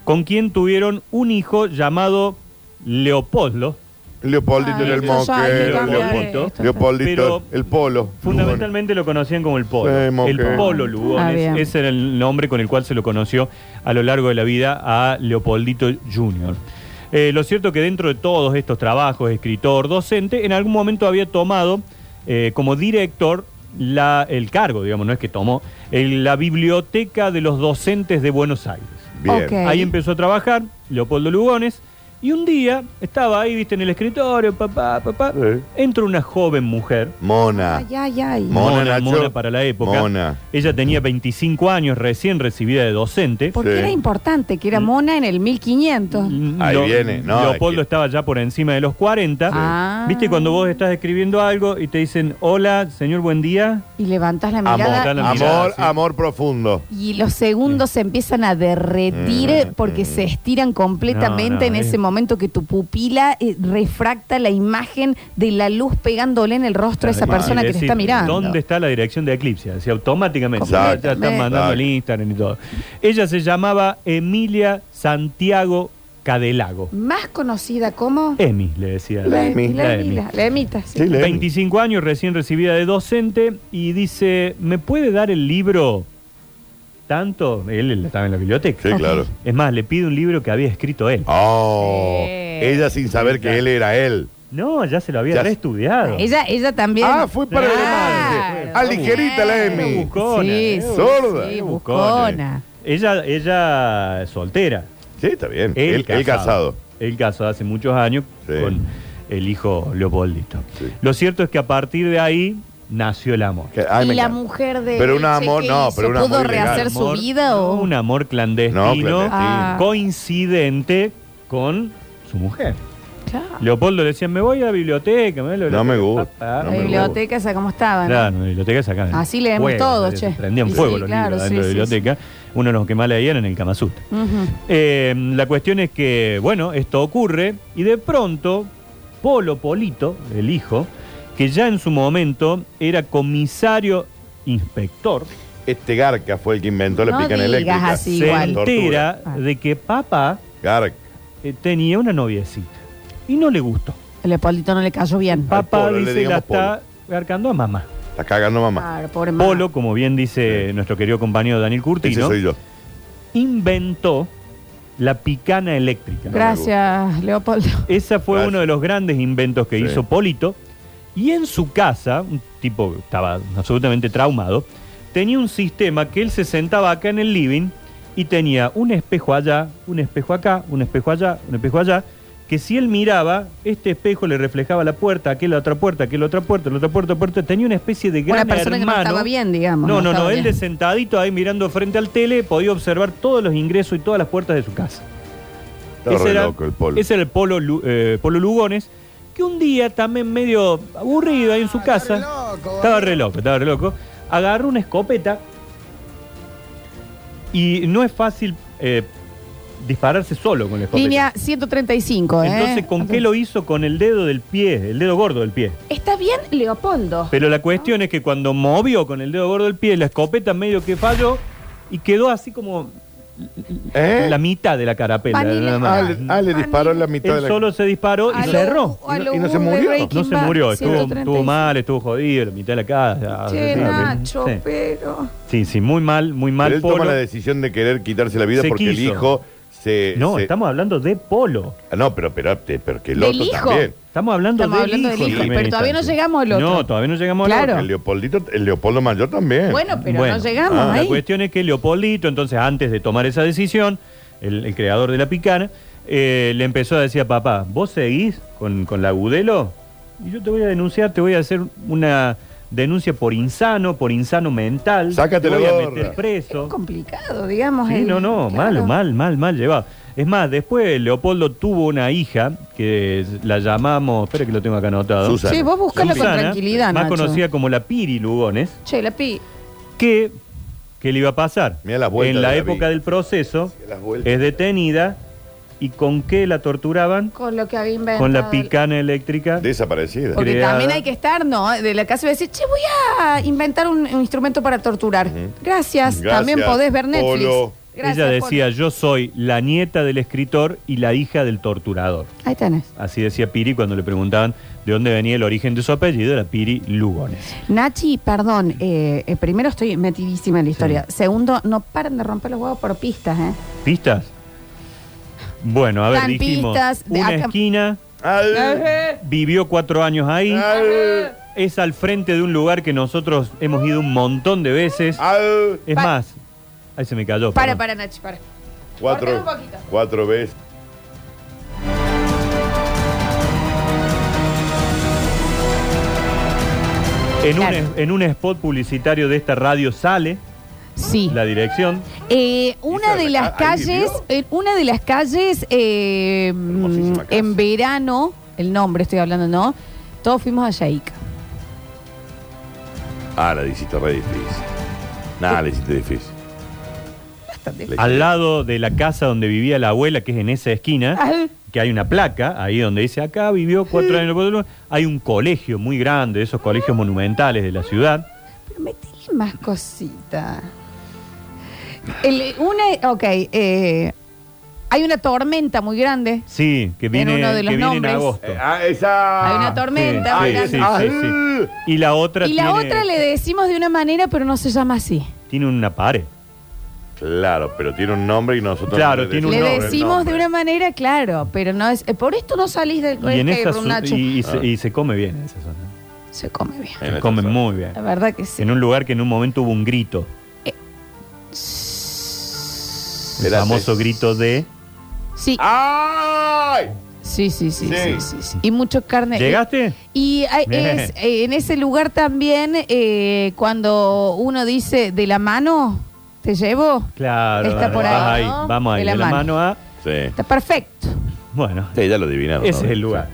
[SPEAKER 2] con quien tuvieron un hijo llamado Leopoldo.
[SPEAKER 3] Leopoldito era el moquero. Leopoldito,
[SPEAKER 2] Leopoldo.
[SPEAKER 3] Leopoldito,
[SPEAKER 2] Pero-
[SPEAKER 3] el polo.
[SPEAKER 2] Fundamentalmente lo conocían como el Polo.
[SPEAKER 3] Sí, moquero.
[SPEAKER 2] el Polo
[SPEAKER 1] Ah,
[SPEAKER 2] Lugones.
[SPEAKER 1] bien.
[SPEAKER 2] ese era el nombre con el cual se lo conoció a lo largo de la vida a Leopoldito Jr. Eh, lo cierto que dentro de todos estos trabajos, escritor, docente, en algún momento había tomado eh, como director la- el cargo, digamos, no es que tomó, en la Biblioteca de los Docentes de Buenos Aires.
[SPEAKER 3] Bien.
[SPEAKER 1] Ok.
[SPEAKER 2] Ahí empezó a trabajar Leopoldo Lugones y un día estaba ahí, viste, en el escritorio, papá, papá,
[SPEAKER 3] Sí.
[SPEAKER 2] entra una joven mujer.
[SPEAKER 3] Mona.
[SPEAKER 1] Ay, ay, ay.
[SPEAKER 3] Mo- Mona, Nacho.
[SPEAKER 2] mona para la época.
[SPEAKER 3] Mona.
[SPEAKER 2] Ella tenía 25 años, recién recibida de docente.
[SPEAKER 1] Porque
[SPEAKER 3] Sí.
[SPEAKER 1] era importante que era mona en el 1500.
[SPEAKER 3] Ahí viene, no, es
[SPEAKER 2] Leopoldo
[SPEAKER 3] que-
[SPEAKER 2] estaba ya por encima de los 40.
[SPEAKER 1] Ah.
[SPEAKER 2] ¿Viste cuando vos estás escribiendo algo y te dicen, hola, señor, buen día?
[SPEAKER 1] Y levantas la
[SPEAKER 3] Amor,
[SPEAKER 1] mirada.
[SPEAKER 2] la
[SPEAKER 1] y-
[SPEAKER 2] mirada,
[SPEAKER 3] amor,
[SPEAKER 2] sí.
[SPEAKER 3] amor profundo.
[SPEAKER 1] Y los segundos
[SPEAKER 3] Mm.
[SPEAKER 1] se empiezan a derretir eh, porque se estiran completamente
[SPEAKER 2] No,
[SPEAKER 1] en
[SPEAKER 2] no, es-
[SPEAKER 3] eh.
[SPEAKER 1] ese momento que tu pupila eh, refracta la imagen de la luz pegándole en el rostro a esa
[SPEAKER 3] Además,
[SPEAKER 1] persona
[SPEAKER 2] Y
[SPEAKER 1] que te
[SPEAKER 2] decís,
[SPEAKER 1] está mirando.
[SPEAKER 2] ¿Dónde está la dirección de Eclipse? Así automáticamente. Ya
[SPEAKER 3] Exacto.
[SPEAKER 2] están mandando
[SPEAKER 3] Exacto.
[SPEAKER 2] el Instagram y todo. Ella se llamaba Emilia Santiago Cadelago.
[SPEAKER 1] Más conocida como...
[SPEAKER 2] Emi, le decía.
[SPEAKER 1] La,
[SPEAKER 3] Emi.
[SPEAKER 1] la-
[SPEAKER 2] La Emi.
[SPEAKER 1] la- la Emita, sí.
[SPEAKER 3] Sí, le-
[SPEAKER 2] 25 años, recién recibida de docente, y dice, ¿me puede dar el libro tanto? Él él estaba en la biblioteca.
[SPEAKER 3] Sí,
[SPEAKER 1] Ok.
[SPEAKER 3] claro.
[SPEAKER 2] Es más, le pide un libro que había escrito él.
[SPEAKER 3] Oh,
[SPEAKER 1] Sí.
[SPEAKER 3] ella sin saber que él era él.
[SPEAKER 2] No, ya se lo había
[SPEAKER 3] Ya-
[SPEAKER 2] reestudiado.
[SPEAKER 1] Ella, ella también...
[SPEAKER 3] Ah, fue para el
[SPEAKER 1] Claro.
[SPEAKER 3] amante. Ah, ligerita la
[SPEAKER 2] Era
[SPEAKER 3] Emi.
[SPEAKER 2] buscona.
[SPEAKER 3] eh,
[SPEAKER 1] Sí, sí,
[SPEAKER 2] Era
[SPEAKER 3] Sorda.
[SPEAKER 1] sí,
[SPEAKER 2] Era
[SPEAKER 1] buscona.
[SPEAKER 2] Ella, ella soltera.
[SPEAKER 3] Sí, está bien.
[SPEAKER 2] Él,
[SPEAKER 3] Él, él casado.
[SPEAKER 2] Él casado hace muchos años
[SPEAKER 3] Sí.
[SPEAKER 2] con el hijo Leopoldito.
[SPEAKER 3] Sí.
[SPEAKER 2] Lo cierto es que a partir de ahí nació el amor.
[SPEAKER 3] Que- ay,
[SPEAKER 1] y
[SPEAKER 3] me
[SPEAKER 1] la
[SPEAKER 3] encanta.
[SPEAKER 1] mujer de
[SPEAKER 3] Pero un
[SPEAKER 1] Elche,
[SPEAKER 3] amor-
[SPEAKER 1] ¿qué
[SPEAKER 3] no,
[SPEAKER 1] hizo?
[SPEAKER 3] pero un
[SPEAKER 1] ¿Pudo
[SPEAKER 3] amor ilegal.
[SPEAKER 1] rehacer su
[SPEAKER 2] Amor-
[SPEAKER 1] vida o...?
[SPEAKER 2] Un amor clandestino,
[SPEAKER 3] No, clandestino.
[SPEAKER 1] Ah.
[SPEAKER 2] coincidente con su mujer.
[SPEAKER 1] Claro.
[SPEAKER 2] Leopoldo le decía, me voy a la biblioteca. Me voy a la
[SPEAKER 3] No
[SPEAKER 2] biblioteca,
[SPEAKER 3] me gusta,
[SPEAKER 2] papá".
[SPEAKER 3] no
[SPEAKER 1] Eh, la
[SPEAKER 3] me
[SPEAKER 1] biblioteca esa como estaba, ¿no?
[SPEAKER 2] Claro, la biblioteca sacaban.
[SPEAKER 1] Así leemos
[SPEAKER 2] fuego,
[SPEAKER 1] todo,
[SPEAKER 2] se
[SPEAKER 1] che.
[SPEAKER 2] Prendían
[SPEAKER 1] Y
[SPEAKER 2] fuego
[SPEAKER 1] sí,
[SPEAKER 2] los
[SPEAKER 1] claro,
[SPEAKER 2] libros
[SPEAKER 1] sí,
[SPEAKER 2] dentro de
[SPEAKER 1] sí,
[SPEAKER 2] la biblioteca. Uno de los que más leían en el Kama Sutra.
[SPEAKER 1] Ujú.
[SPEAKER 2] Eh, la cuestión es que, bueno, esto ocurre y de pronto Polo Polito, el hijo, que ya en su momento era comisario inspector,
[SPEAKER 3] Este Garca fue el que inventó la
[SPEAKER 1] No
[SPEAKER 3] picana
[SPEAKER 1] digas
[SPEAKER 3] eléctrica.
[SPEAKER 1] así,
[SPEAKER 2] se
[SPEAKER 1] igual.
[SPEAKER 2] entera
[SPEAKER 1] Tortura.
[SPEAKER 2] de que papá
[SPEAKER 3] Garca.
[SPEAKER 2] eh, tenía una noviecita y no le gustó.
[SPEAKER 1] Leopoldito no le cayó bien.
[SPEAKER 3] Al
[SPEAKER 2] Papá
[SPEAKER 3] Polo le
[SPEAKER 2] dice la
[SPEAKER 3] digamos
[SPEAKER 2] está garcando a mamá.
[SPEAKER 3] Está cagando mamá.
[SPEAKER 1] Claro, pobre mamá.
[SPEAKER 2] Polo, como bien dice nuestro querido compañero Daniel
[SPEAKER 3] Ese
[SPEAKER 2] Curtino,
[SPEAKER 3] soy yo.
[SPEAKER 2] inventó la picana eléctrica.
[SPEAKER 1] Gracias, Leopoldo.
[SPEAKER 2] Esa fue
[SPEAKER 3] Gracias.
[SPEAKER 2] uno de los grandes inventos que
[SPEAKER 3] Sí.
[SPEAKER 2] hizo Polito. Y en su casa, un tipo que estaba absolutamente traumado, tenía un sistema que él se sentaba acá en el living y tenía un espejo allá, un espejo acá, un espejo allá, un espejo allá, que si él miraba, este espejo le reflejaba la puerta, aquel la otra puerta, aquel la otra puerta, la otra puerta, puerta, tenía una especie de
[SPEAKER 1] Una
[SPEAKER 2] gran
[SPEAKER 1] persona que no
[SPEAKER 2] hermano.
[SPEAKER 1] estaba bien, digamos.
[SPEAKER 2] No, no, no,
[SPEAKER 1] estaba
[SPEAKER 2] él de
[SPEAKER 1] bien.
[SPEAKER 2] sentadito ahí mirando frente al tele podía observar todos los ingresos y todas las puertas de su casa.
[SPEAKER 3] Estaba re loco el polo.
[SPEAKER 2] Ese era el Polo, Lu- eh, Polo Lugones, que un día también medio aburrido ahí en su casa, estaba re loco, estaba re loco, agarró una escopeta y no es fácil eh, dispararse solo con la escopeta.
[SPEAKER 1] Línea 135, ¿eh?
[SPEAKER 2] Entonces, ¿con qué lo hizo? Con el dedo del pie, el dedo gordo del pie.
[SPEAKER 1] Está bien, Leopoldo.
[SPEAKER 2] Pero la cuestión es que cuando movió con el dedo gordo del pie, la escopeta medio que falló y quedó así como
[SPEAKER 3] ¿Eh?
[SPEAKER 2] la mitad de la carapela.
[SPEAKER 1] Vanilla. Ah,
[SPEAKER 2] nada
[SPEAKER 3] Ah,
[SPEAKER 2] más.
[SPEAKER 3] le, ah, le disparó en la mitad de
[SPEAKER 2] Él
[SPEAKER 3] la.
[SPEAKER 2] solo se disparó
[SPEAKER 1] A
[SPEAKER 2] y
[SPEAKER 1] lo-
[SPEAKER 2] cerró.
[SPEAKER 1] a
[SPEAKER 3] Y no-
[SPEAKER 1] lo
[SPEAKER 3] y no se
[SPEAKER 1] Wood de
[SPEAKER 3] murió.
[SPEAKER 1] Breaking
[SPEAKER 2] No se
[SPEAKER 1] Bad,
[SPEAKER 2] murió, estuvo,
[SPEAKER 1] 135.
[SPEAKER 2] estuvo mal, estuvo jodido, la mitad de la casa.
[SPEAKER 1] Che,
[SPEAKER 2] Sí,
[SPEAKER 1] Nacho,
[SPEAKER 2] sí.
[SPEAKER 1] pero...
[SPEAKER 2] Sí, sí, muy mal, muy mal.
[SPEAKER 3] Pero él
[SPEAKER 2] Polo.
[SPEAKER 3] toma la decisión de querer quitarse la vida
[SPEAKER 2] Se
[SPEAKER 3] porque el
[SPEAKER 2] quiso.
[SPEAKER 3] hijo se.
[SPEAKER 2] No,
[SPEAKER 3] se-
[SPEAKER 2] estamos hablando de Polo.
[SPEAKER 3] Ah, No, pero, pero, te- pero que el
[SPEAKER 1] ¿Del
[SPEAKER 3] otro
[SPEAKER 1] hijo?
[SPEAKER 3] también.
[SPEAKER 2] Estamos hablando,
[SPEAKER 1] Estamos
[SPEAKER 2] del,
[SPEAKER 1] hablando
[SPEAKER 2] hijo,
[SPEAKER 1] del
[SPEAKER 2] en
[SPEAKER 1] hijo,
[SPEAKER 2] primera
[SPEAKER 1] pero todavía no
[SPEAKER 2] instancia.
[SPEAKER 1] llegamos al otro.
[SPEAKER 2] No, todavía no llegamos al
[SPEAKER 1] Claro.
[SPEAKER 2] otro.
[SPEAKER 3] El Leopoldito, el Leopoldo Mayor también.
[SPEAKER 1] Bueno, pero
[SPEAKER 2] Bueno.
[SPEAKER 1] no llegamos
[SPEAKER 3] Ah,
[SPEAKER 2] La
[SPEAKER 1] ahí.
[SPEAKER 2] cuestión es que Leopoldito, entonces, antes de tomar esa decisión, el, el creador de la picana, eh, le empezó a decir a papá, vos seguís con, con la Gudelo y yo te voy a denunciar, te voy a hacer una denuncia por insano, por insano mental.
[SPEAKER 3] Sácate
[SPEAKER 2] te
[SPEAKER 3] la
[SPEAKER 2] voy a
[SPEAKER 3] gorra".
[SPEAKER 2] meter
[SPEAKER 1] Es
[SPEAKER 2] preso.
[SPEAKER 1] complicado, digamos.
[SPEAKER 2] Sí,
[SPEAKER 1] el-
[SPEAKER 2] no, no,
[SPEAKER 1] claro.
[SPEAKER 2] mal, mal, mal, mal llevado. Es más, después Leopoldo tuvo una hija que la llamamos, espera que lo tengo acá anotado.
[SPEAKER 3] Susan.
[SPEAKER 1] Sí, vos buscala con
[SPEAKER 2] Susana,
[SPEAKER 1] tranquilidad,
[SPEAKER 2] más
[SPEAKER 1] Nacho.
[SPEAKER 2] conocida como la Piri Lugones,
[SPEAKER 1] Che, la pi...
[SPEAKER 2] que, que le iba a pasar.
[SPEAKER 3] Mirá las vueltas
[SPEAKER 2] en la
[SPEAKER 3] de la
[SPEAKER 2] época
[SPEAKER 3] vida.
[SPEAKER 2] del proceso
[SPEAKER 3] Sí, las vueltas.
[SPEAKER 2] es detenida y con qué la torturaban?
[SPEAKER 1] Con lo que había inventado.
[SPEAKER 2] Con la picana eléctrica.
[SPEAKER 3] Desaparecida.
[SPEAKER 1] Porque
[SPEAKER 2] creada.
[SPEAKER 1] también hay que estar, ¿no? De la casa y decir, che, voy a inventar un, un instrumento para torturar. Gracias.
[SPEAKER 3] Gracias,
[SPEAKER 1] También podés ver Netflix.
[SPEAKER 3] Polo.
[SPEAKER 1] Gracias,
[SPEAKER 2] Ella decía,
[SPEAKER 1] Polo.
[SPEAKER 2] yo soy la nieta del escritor y la hija del torturador.
[SPEAKER 1] Ahí tenés.
[SPEAKER 2] Así decía Piri cuando le preguntaban de dónde venía el origen de su apellido, era Piri Lugones.
[SPEAKER 1] Nachi, perdón, eh, eh, primero estoy metidísima en la historia. Segundo, no paran de romper los huevos por pistas, ¿eh?
[SPEAKER 2] ¿Pistas? Bueno, a ver, dijimos,
[SPEAKER 1] Campistas, de
[SPEAKER 2] una
[SPEAKER 1] acá-
[SPEAKER 2] esquina,
[SPEAKER 3] Al-
[SPEAKER 2] vivió cuatro años ahí,
[SPEAKER 3] al-
[SPEAKER 2] es al frente de un lugar que nosotros hemos ido un montón de veces.
[SPEAKER 3] Ah. al-
[SPEAKER 2] Es
[SPEAKER 1] Pa-
[SPEAKER 2] más, ahí se me cayó.
[SPEAKER 1] Para,
[SPEAKER 2] perdón.
[SPEAKER 1] para, Nachi, para.
[SPEAKER 3] Cuatro,
[SPEAKER 1] Cortale un poquito.
[SPEAKER 3] cuatro veces.
[SPEAKER 2] En, un,
[SPEAKER 1] Claro.
[SPEAKER 2] es- en un spot publicitario de esta radio sale
[SPEAKER 1] Sí.
[SPEAKER 2] la dirección.
[SPEAKER 1] Eh, una
[SPEAKER 3] Hizo
[SPEAKER 1] de
[SPEAKER 3] la
[SPEAKER 1] las
[SPEAKER 3] ca- ¿alguien
[SPEAKER 1] calles, eh, una de las calles eh,
[SPEAKER 3] Hermosísima casa.
[SPEAKER 1] en verano, el nombre estoy hablando, ¿no? Todos fuimos a Yaica.
[SPEAKER 3] Ah, la hiciste re difícil. Nada, la hiciste difícil. Le-
[SPEAKER 2] Al lado de la casa donde vivía la abuela, que es en esa esquina,
[SPEAKER 1] Al-
[SPEAKER 2] que hay una placa ahí donde dice acá vivió cuatro años. cuatro años". Hay un colegio muy grande, de esos colegios monumentales de la ciudad.
[SPEAKER 1] Pero metele más cosita. El- una, ok, eh, hay una tormenta muy grande.
[SPEAKER 2] Sí, que viene,
[SPEAKER 1] uno de los
[SPEAKER 2] que viene en
[SPEAKER 1] nombres.
[SPEAKER 2] agosto.
[SPEAKER 3] Eh, ah, esa.
[SPEAKER 1] Hay una tormenta.
[SPEAKER 2] Sí,
[SPEAKER 1] una-
[SPEAKER 3] Ay,
[SPEAKER 2] sí,
[SPEAKER 3] ah,
[SPEAKER 2] sí, sí. Y la otra
[SPEAKER 1] Y la
[SPEAKER 2] tiene,
[SPEAKER 1] otra le decimos de una manera, pero no se llama así.
[SPEAKER 2] tiene una pared.
[SPEAKER 3] Claro, pero tiene un nombre y nosotros.
[SPEAKER 2] Claro,
[SPEAKER 3] no
[SPEAKER 2] tiene un
[SPEAKER 1] Le
[SPEAKER 2] nombre,
[SPEAKER 1] decimos de una manera, claro, pero no es. eh, por esto no salís del
[SPEAKER 2] Y, en
[SPEAKER 1] del
[SPEAKER 2] esa
[SPEAKER 1] room,
[SPEAKER 2] su-
[SPEAKER 1] Nacho.
[SPEAKER 2] y, y
[SPEAKER 3] Ah.
[SPEAKER 2] se, y se come bien en esa zona.
[SPEAKER 1] Se come bien.
[SPEAKER 3] En
[SPEAKER 2] Se
[SPEAKER 3] esa
[SPEAKER 2] come
[SPEAKER 3] zona.
[SPEAKER 2] muy bien.
[SPEAKER 1] La verdad que sí.
[SPEAKER 2] En un lugar que en un momento hubo un grito. El
[SPEAKER 3] Era
[SPEAKER 2] famoso
[SPEAKER 3] seis.
[SPEAKER 2] grito de.
[SPEAKER 1] Sí,
[SPEAKER 3] ¡Ay!
[SPEAKER 1] sí, sí, sí,
[SPEAKER 3] Ah. Sí.
[SPEAKER 1] sí, sí, sí. Y mucho carne.
[SPEAKER 2] ¿Llegaste?
[SPEAKER 1] Y hay-
[SPEAKER 2] Bien.
[SPEAKER 1] es, eh, en ese lugar también, eh, cuando uno dice de la mano, te llevo,
[SPEAKER 2] Claro.
[SPEAKER 1] Está por
[SPEAKER 2] vas
[SPEAKER 1] ahí, ¿no?
[SPEAKER 2] Vamos ahí. De la, mano. a.
[SPEAKER 3] Sí.
[SPEAKER 1] está perfecto.
[SPEAKER 2] Bueno,
[SPEAKER 3] Sí, ya lo adivinaron.
[SPEAKER 2] ese
[SPEAKER 3] ¿no?
[SPEAKER 2] es el lugar.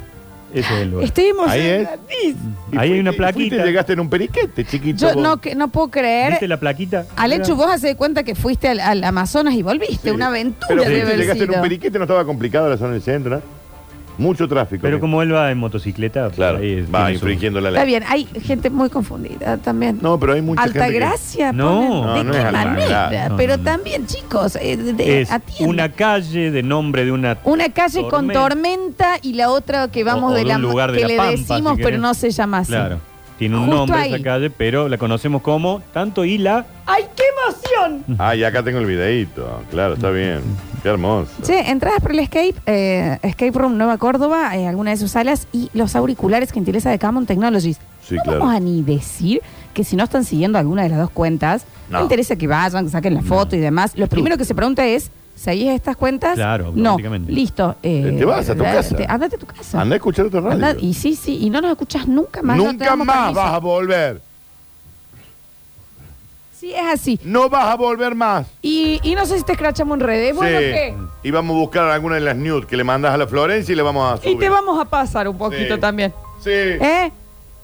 [SPEAKER 2] Ese es el lugar.
[SPEAKER 1] Estoy
[SPEAKER 3] Ahí es.
[SPEAKER 1] emocionadísima.
[SPEAKER 3] Y
[SPEAKER 2] Ahí hay
[SPEAKER 3] fuiste-
[SPEAKER 2] una
[SPEAKER 3] y fuiste y
[SPEAKER 2] plaquita.
[SPEAKER 3] llegaste en un periquete, chiquito.
[SPEAKER 1] Yo
[SPEAKER 3] vos.
[SPEAKER 1] no, que- no puedo
[SPEAKER 2] ¿Viste
[SPEAKER 1] creer.
[SPEAKER 2] la plaquita?
[SPEAKER 1] Alechu,
[SPEAKER 2] Mira.
[SPEAKER 1] vos haces de cuenta que fuiste al, al Amazonas y volviste.
[SPEAKER 3] Sí.
[SPEAKER 1] Una aventura
[SPEAKER 3] Pero
[SPEAKER 1] debe
[SPEAKER 3] fuiste,
[SPEAKER 1] haber
[SPEAKER 3] llegaste en
[SPEAKER 1] sido.
[SPEAKER 3] un periquete, no estaba complicado la zona del centro, ¿no? Mucho tráfico.
[SPEAKER 2] Pero
[SPEAKER 3] mira.
[SPEAKER 2] como él va en motocicleta, por
[SPEAKER 3] Claro,
[SPEAKER 2] ahí
[SPEAKER 3] va
[SPEAKER 2] tiene su-
[SPEAKER 3] infringiendo la
[SPEAKER 1] Está
[SPEAKER 3] ley.
[SPEAKER 1] bien, hay gente muy confundida también.
[SPEAKER 3] No, pero hay mucha
[SPEAKER 1] Alta
[SPEAKER 3] gente que-
[SPEAKER 1] gracia,
[SPEAKER 2] No.
[SPEAKER 1] ponen, ¿de
[SPEAKER 3] No, no
[SPEAKER 1] qué
[SPEAKER 3] es Alta
[SPEAKER 1] manera?
[SPEAKER 3] Gracia.
[SPEAKER 2] No,
[SPEAKER 1] Pero
[SPEAKER 2] no, no.
[SPEAKER 1] también, chicos, eh, de- de-
[SPEAKER 2] Es
[SPEAKER 1] atiendan.
[SPEAKER 2] una calle de nombre de una.
[SPEAKER 1] Una calle con
[SPEAKER 2] Tormenta.
[SPEAKER 1] tormenta y la otra que vamos
[SPEAKER 2] o
[SPEAKER 1] de
[SPEAKER 2] de
[SPEAKER 1] la
[SPEAKER 2] un lugar de
[SPEAKER 1] que
[SPEAKER 2] la
[SPEAKER 1] le
[SPEAKER 2] Pampa,
[SPEAKER 1] decimos,
[SPEAKER 2] si querés.
[SPEAKER 1] pero no se llama así.
[SPEAKER 2] Claro. Tiene un
[SPEAKER 1] Justo
[SPEAKER 2] nombre
[SPEAKER 1] ahí.
[SPEAKER 2] esa calle, pero la conocemos como tanto y la.
[SPEAKER 1] ¡Ay, qué emoción!
[SPEAKER 3] Ah, y acá tengo el videíto. Claro, está bien. Qué hermoso.
[SPEAKER 1] Che, entradas por el escape, eh, Escape Room Nueva Córdoba, eh, alguna de sus salas y los auriculares gentileza de Camon Technologies.
[SPEAKER 3] Sí,
[SPEAKER 1] no
[SPEAKER 3] claro.
[SPEAKER 1] vamos a ni decir que si no están siguiendo alguna de las dos cuentas, no,
[SPEAKER 3] No.
[SPEAKER 1] interesa que vayan, que saquen la foto y demás. Lo primero que se pregunta es, ¿seguís estas cuentas?
[SPEAKER 2] Claro,
[SPEAKER 1] no.
[SPEAKER 2] automáticamente.
[SPEAKER 1] Listo. eh,
[SPEAKER 3] Te vas a tu
[SPEAKER 1] eh,
[SPEAKER 3] casa.
[SPEAKER 1] te- andate a tu casa.
[SPEAKER 3] Anda a escuchar otra radio.
[SPEAKER 1] Andá- y sí, sí, y no nos escuchas nunca más. no te
[SPEAKER 3] Nunca
[SPEAKER 1] damos
[SPEAKER 3] más
[SPEAKER 1] permiso.
[SPEAKER 3] vas a volver.
[SPEAKER 1] Sí, es así.
[SPEAKER 3] No vas a volver más.
[SPEAKER 1] Y, y no sé si te escrachamos en redes. Bueno,
[SPEAKER 3] Sí.
[SPEAKER 1] ¿qué?
[SPEAKER 3] Y vamos a buscar alguna de las nudes que le mandas a la Florencia y le vamos a subir.
[SPEAKER 1] Y te vamos a pasar un poquito
[SPEAKER 3] Sí.
[SPEAKER 1] también.
[SPEAKER 3] Sí.
[SPEAKER 1] ¿Eh?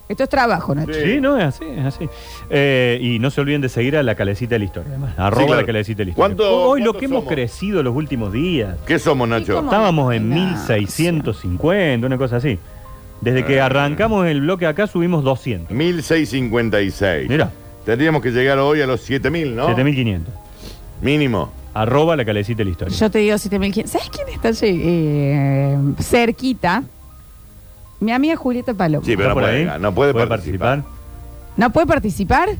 [SPEAKER 1] Esto es trabajo, Nacho.
[SPEAKER 3] Sí.
[SPEAKER 2] Sí, no, es así, es así. Eh, y no se olviden de seguir a la calecita de la historia, además. Arroba
[SPEAKER 3] claro.
[SPEAKER 2] la calecita de la historia.
[SPEAKER 3] ¿Cuánto-
[SPEAKER 2] Hoy lo
[SPEAKER 3] cuánto
[SPEAKER 2] que hemos
[SPEAKER 3] somos?
[SPEAKER 2] crecido los últimos días.
[SPEAKER 3] ¿Qué somos, Nacho?
[SPEAKER 1] cómo?
[SPEAKER 2] Estábamos en
[SPEAKER 1] No,
[SPEAKER 2] 1650, una cosa así. Desde
[SPEAKER 3] Ah.
[SPEAKER 2] que arrancamos el bloque acá subimos 200.
[SPEAKER 3] 1656.
[SPEAKER 2] Mira,
[SPEAKER 3] Tendríamos que llegar hoy a los 7000, ¿no?
[SPEAKER 2] 7500.
[SPEAKER 3] Mínimo.
[SPEAKER 2] Arroba la calecita de la historia.
[SPEAKER 1] Yo te digo 7500. ¿Sabes quién está allí? Eh, cerquita? Mi amiga Julieta Paloma.
[SPEAKER 3] Sí,
[SPEAKER 2] ¿Está
[SPEAKER 3] pero no
[SPEAKER 2] por
[SPEAKER 3] puede,
[SPEAKER 2] ahí?
[SPEAKER 3] llegar, no puede, participar.
[SPEAKER 1] ¿No puede participar?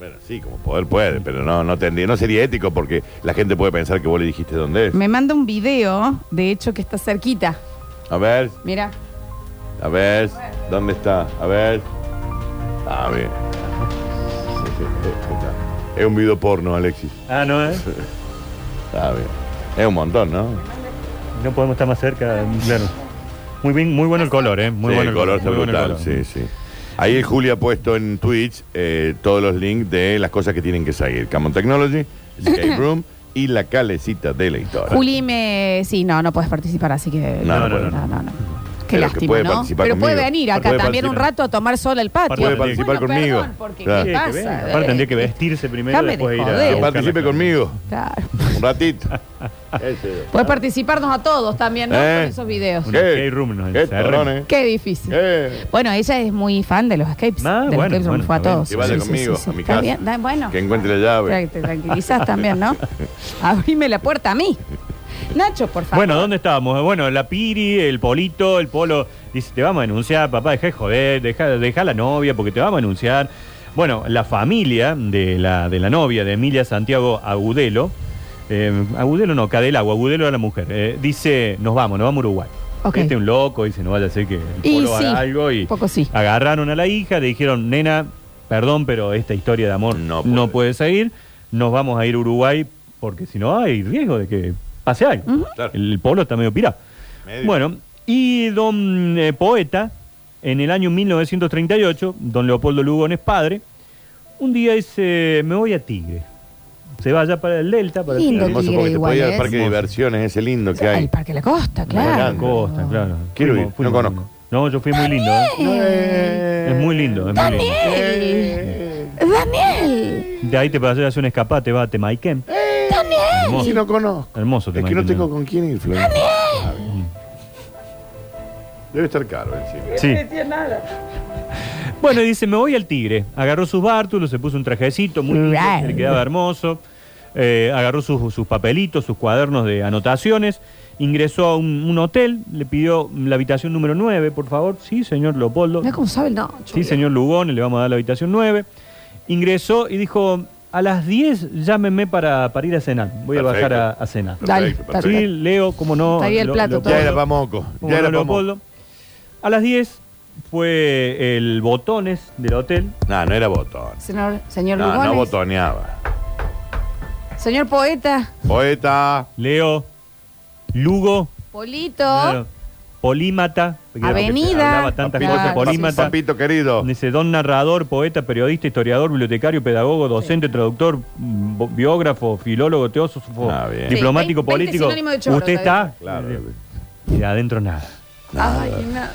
[SPEAKER 3] Bueno, sí, como poder puede, pero no no tendría, no sería ético porque la gente puede pensar que vos le dijiste dónde es.
[SPEAKER 1] Me manda un video, de hecho, que está cerquita.
[SPEAKER 3] A ver,
[SPEAKER 1] Mira.
[SPEAKER 3] a ver, ¿dónde está? A ver. A ver. Es un video porno, Alexis.
[SPEAKER 2] Ah, no, ¿eh?
[SPEAKER 3] Está bien. Es un montón, ¿no?
[SPEAKER 2] No podemos estar más cerca, claro. Muy bien, muy bueno el color, ¿eh? Muy
[SPEAKER 3] Sí,
[SPEAKER 2] bueno
[SPEAKER 3] el color está
[SPEAKER 2] muy bueno el
[SPEAKER 3] brutal.
[SPEAKER 2] color.
[SPEAKER 3] Sí, sí. Ahí el Juli ha puesto en Twitch eh, todos los links de las cosas que tienen que seguir. Camon Technology, Escape Room y la calecita de la historia.
[SPEAKER 1] Juli me. Sí, no, no puedes participar, así que.
[SPEAKER 3] No, no
[SPEAKER 1] no.
[SPEAKER 3] puedo.
[SPEAKER 1] no, no. Qué
[SPEAKER 3] Pero que
[SPEAKER 1] lástima,
[SPEAKER 3] puede
[SPEAKER 1] ¿no? Pero
[SPEAKER 3] participar
[SPEAKER 1] puede
[SPEAKER 3] conmigo.
[SPEAKER 1] venir acá
[SPEAKER 3] Puede
[SPEAKER 1] también un
[SPEAKER 2] participar.
[SPEAKER 1] rato a tomar sol al patio.
[SPEAKER 2] Puede
[SPEAKER 3] participar conmigo.
[SPEAKER 1] Perdón, porque
[SPEAKER 3] Claro.
[SPEAKER 1] ¿qué
[SPEAKER 2] Tiene Eh, que ver,
[SPEAKER 1] pasa?
[SPEAKER 2] Aparte tendría que
[SPEAKER 1] Eh,
[SPEAKER 2] vestirse primero
[SPEAKER 1] Déjame de
[SPEAKER 2] después ir a
[SPEAKER 1] joder.
[SPEAKER 3] Que
[SPEAKER 2] buscar
[SPEAKER 3] participe
[SPEAKER 2] la-
[SPEAKER 3] conmigo
[SPEAKER 1] Claro.
[SPEAKER 3] un ratito. Ese.
[SPEAKER 1] Puedes participarnos a todos también, ¿no?
[SPEAKER 3] Eh.
[SPEAKER 1] Con esos videos.
[SPEAKER 2] Una escape room nos
[SPEAKER 3] qué
[SPEAKER 2] encerran.
[SPEAKER 3] torrones.
[SPEAKER 1] Qué difícil.
[SPEAKER 3] Eh,
[SPEAKER 1] Bueno, ella es muy fan de los escapes.
[SPEAKER 2] Ah,
[SPEAKER 1] de los
[SPEAKER 2] bueno,
[SPEAKER 1] escapes room,
[SPEAKER 2] bueno,
[SPEAKER 1] fue a
[SPEAKER 2] está bien.
[SPEAKER 1] todos.
[SPEAKER 3] Que vaya conmigo, a mi
[SPEAKER 1] Está
[SPEAKER 3] casa.
[SPEAKER 1] bien, da- bueno.
[SPEAKER 3] Que encuentre la
[SPEAKER 1] Tra-
[SPEAKER 3] llave.
[SPEAKER 1] Te tranquilizás también, ¿no? Abrime la puerta a mí. Nacho, por favor.
[SPEAKER 2] Bueno, ¿dónde estábamos? Bueno, la Piri, el Polito, el Polo. Dice, te vamos a denunciar, papá, deja de joder, deja, deja la novia porque te vamos a denunciar. Bueno, la familia de la, de la novia de Emilia Santiago Agudelo eh, Agudelo no, Cadelago, Agudelo era la mujer. Eh, dice, nos vamos, nos vamos a Uruguay.
[SPEAKER 1] Ok.
[SPEAKER 2] Este es un loco, dice, no vaya a ser que el
[SPEAKER 1] Y
[SPEAKER 2] polo
[SPEAKER 1] sí,
[SPEAKER 2] haga algo y
[SPEAKER 1] un poco sí.
[SPEAKER 2] agarraron a la hija, le dijeron, nena, perdón, pero esta historia de amor
[SPEAKER 3] No
[SPEAKER 2] no
[SPEAKER 3] puede.
[SPEAKER 2] puede, seguir, nos vamos a ir a Uruguay porque si no hay riesgo de que pase algo.
[SPEAKER 3] Claro.
[SPEAKER 2] El pueblo está medio pirado.
[SPEAKER 3] Medio.
[SPEAKER 2] Bueno, y don eh, Poeta, en el año 1938, don Leopoldo Lugones padre, un día dice, me voy a Tigre. Se va allá para el Delta, para
[SPEAKER 1] Lindo
[SPEAKER 2] el
[SPEAKER 3] Hermoso
[SPEAKER 1] Tigre
[SPEAKER 3] porque ¿eh? te
[SPEAKER 1] igual
[SPEAKER 3] podías ir al
[SPEAKER 1] es.
[SPEAKER 3] parque de diversiones, ese lindo
[SPEAKER 2] Ah,
[SPEAKER 3] que
[SPEAKER 1] Al
[SPEAKER 3] hay.
[SPEAKER 1] Parque de la Costa,
[SPEAKER 2] Para la
[SPEAKER 1] claro.
[SPEAKER 3] Claro.
[SPEAKER 2] costa, claro.
[SPEAKER 3] Quiero
[SPEAKER 2] Fuimos,
[SPEAKER 3] ir, no
[SPEAKER 2] fuimos.
[SPEAKER 3] conozco.
[SPEAKER 2] No, yo fui muy lindo. ¿eh? Es muy lindo, es muy lindo.
[SPEAKER 1] Daniel. Daniel.
[SPEAKER 2] De ahí te pasas a hacer un escapate, va a Temaiken.
[SPEAKER 3] Si
[SPEAKER 2] Hermoso,
[SPEAKER 3] no conozco.
[SPEAKER 2] hermoso
[SPEAKER 3] Es que no
[SPEAKER 2] Temaiken,
[SPEAKER 3] tengo con quién ir, Florencia. Ah, bien. Debe estar caro encima.
[SPEAKER 2] Sí. Bueno, y dice, me voy al Tigre. Agarró sus bártulos, se puso un trajecito muy lindo,
[SPEAKER 1] Right.
[SPEAKER 2] que le quedaba hermoso. Eh, agarró sus, sus papelitos, sus cuadernos de anotaciones. Ingresó a un, un hotel, le pidió la habitación número 9, por favor. Sí, señor Leopoldo.
[SPEAKER 1] Mirá cómo sabe el Nacho.
[SPEAKER 2] Sí, señor Lugones, le vamos a dar la habitación 9. Ingresó y dijo, a las 10 llámeme para, para ir a cenar. Voy
[SPEAKER 3] Perfecto.
[SPEAKER 2] a bajar a, a cenar.
[SPEAKER 1] Dale,
[SPEAKER 3] Perfecto,
[SPEAKER 1] perfecto.
[SPEAKER 2] Sí, Leo, como no.
[SPEAKER 1] Está ahí el
[SPEAKER 2] Lo-
[SPEAKER 1] plato,
[SPEAKER 2] Leopoldo.
[SPEAKER 1] todo.
[SPEAKER 3] Ya era Pamoco.
[SPEAKER 2] Como
[SPEAKER 3] Ya
[SPEAKER 2] no,
[SPEAKER 3] era Pamoco.
[SPEAKER 2] Leopoldo. A las 10 fue el Botones del hotel.
[SPEAKER 3] No, no era botón.
[SPEAKER 1] Señor, señor
[SPEAKER 3] No,
[SPEAKER 1] Lugones.
[SPEAKER 3] no botoneaba.
[SPEAKER 1] Señor Poeta.
[SPEAKER 3] Poeta.
[SPEAKER 2] Leo, Lugo,
[SPEAKER 1] Polito.
[SPEAKER 2] claro, Polímata. porque
[SPEAKER 1] Avenida.
[SPEAKER 2] Hablaba tantas
[SPEAKER 1] Papito,
[SPEAKER 2] cosas,
[SPEAKER 1] papito,
[SPEAKER 2] Polímata.
[SPEAKER 3] Papito querido.
[SPEAKER 2] Dice, don narrador, poeta, periodista, historiador, bibliotecario, pedagogo, docente, traductor, mm, bo- biógrafo, filólogo, teósofo,
[SPEAKER 3] Ah, bien.
[SPEAKER 2] diplomático,
[SPEAKER 1] Sí, veinte- veinte
[SPEAKER 2] político.
[SPEAKER 1] sinónimos de choro,
[SPEAKER 2] Usted
[SPEAKER 1] todavía.
[SPEAKER 2] está
[SPEAKER 3] Claro.
[SPEAKER 2] y de adentro nada.
[SPEAKER 1] Ay, na-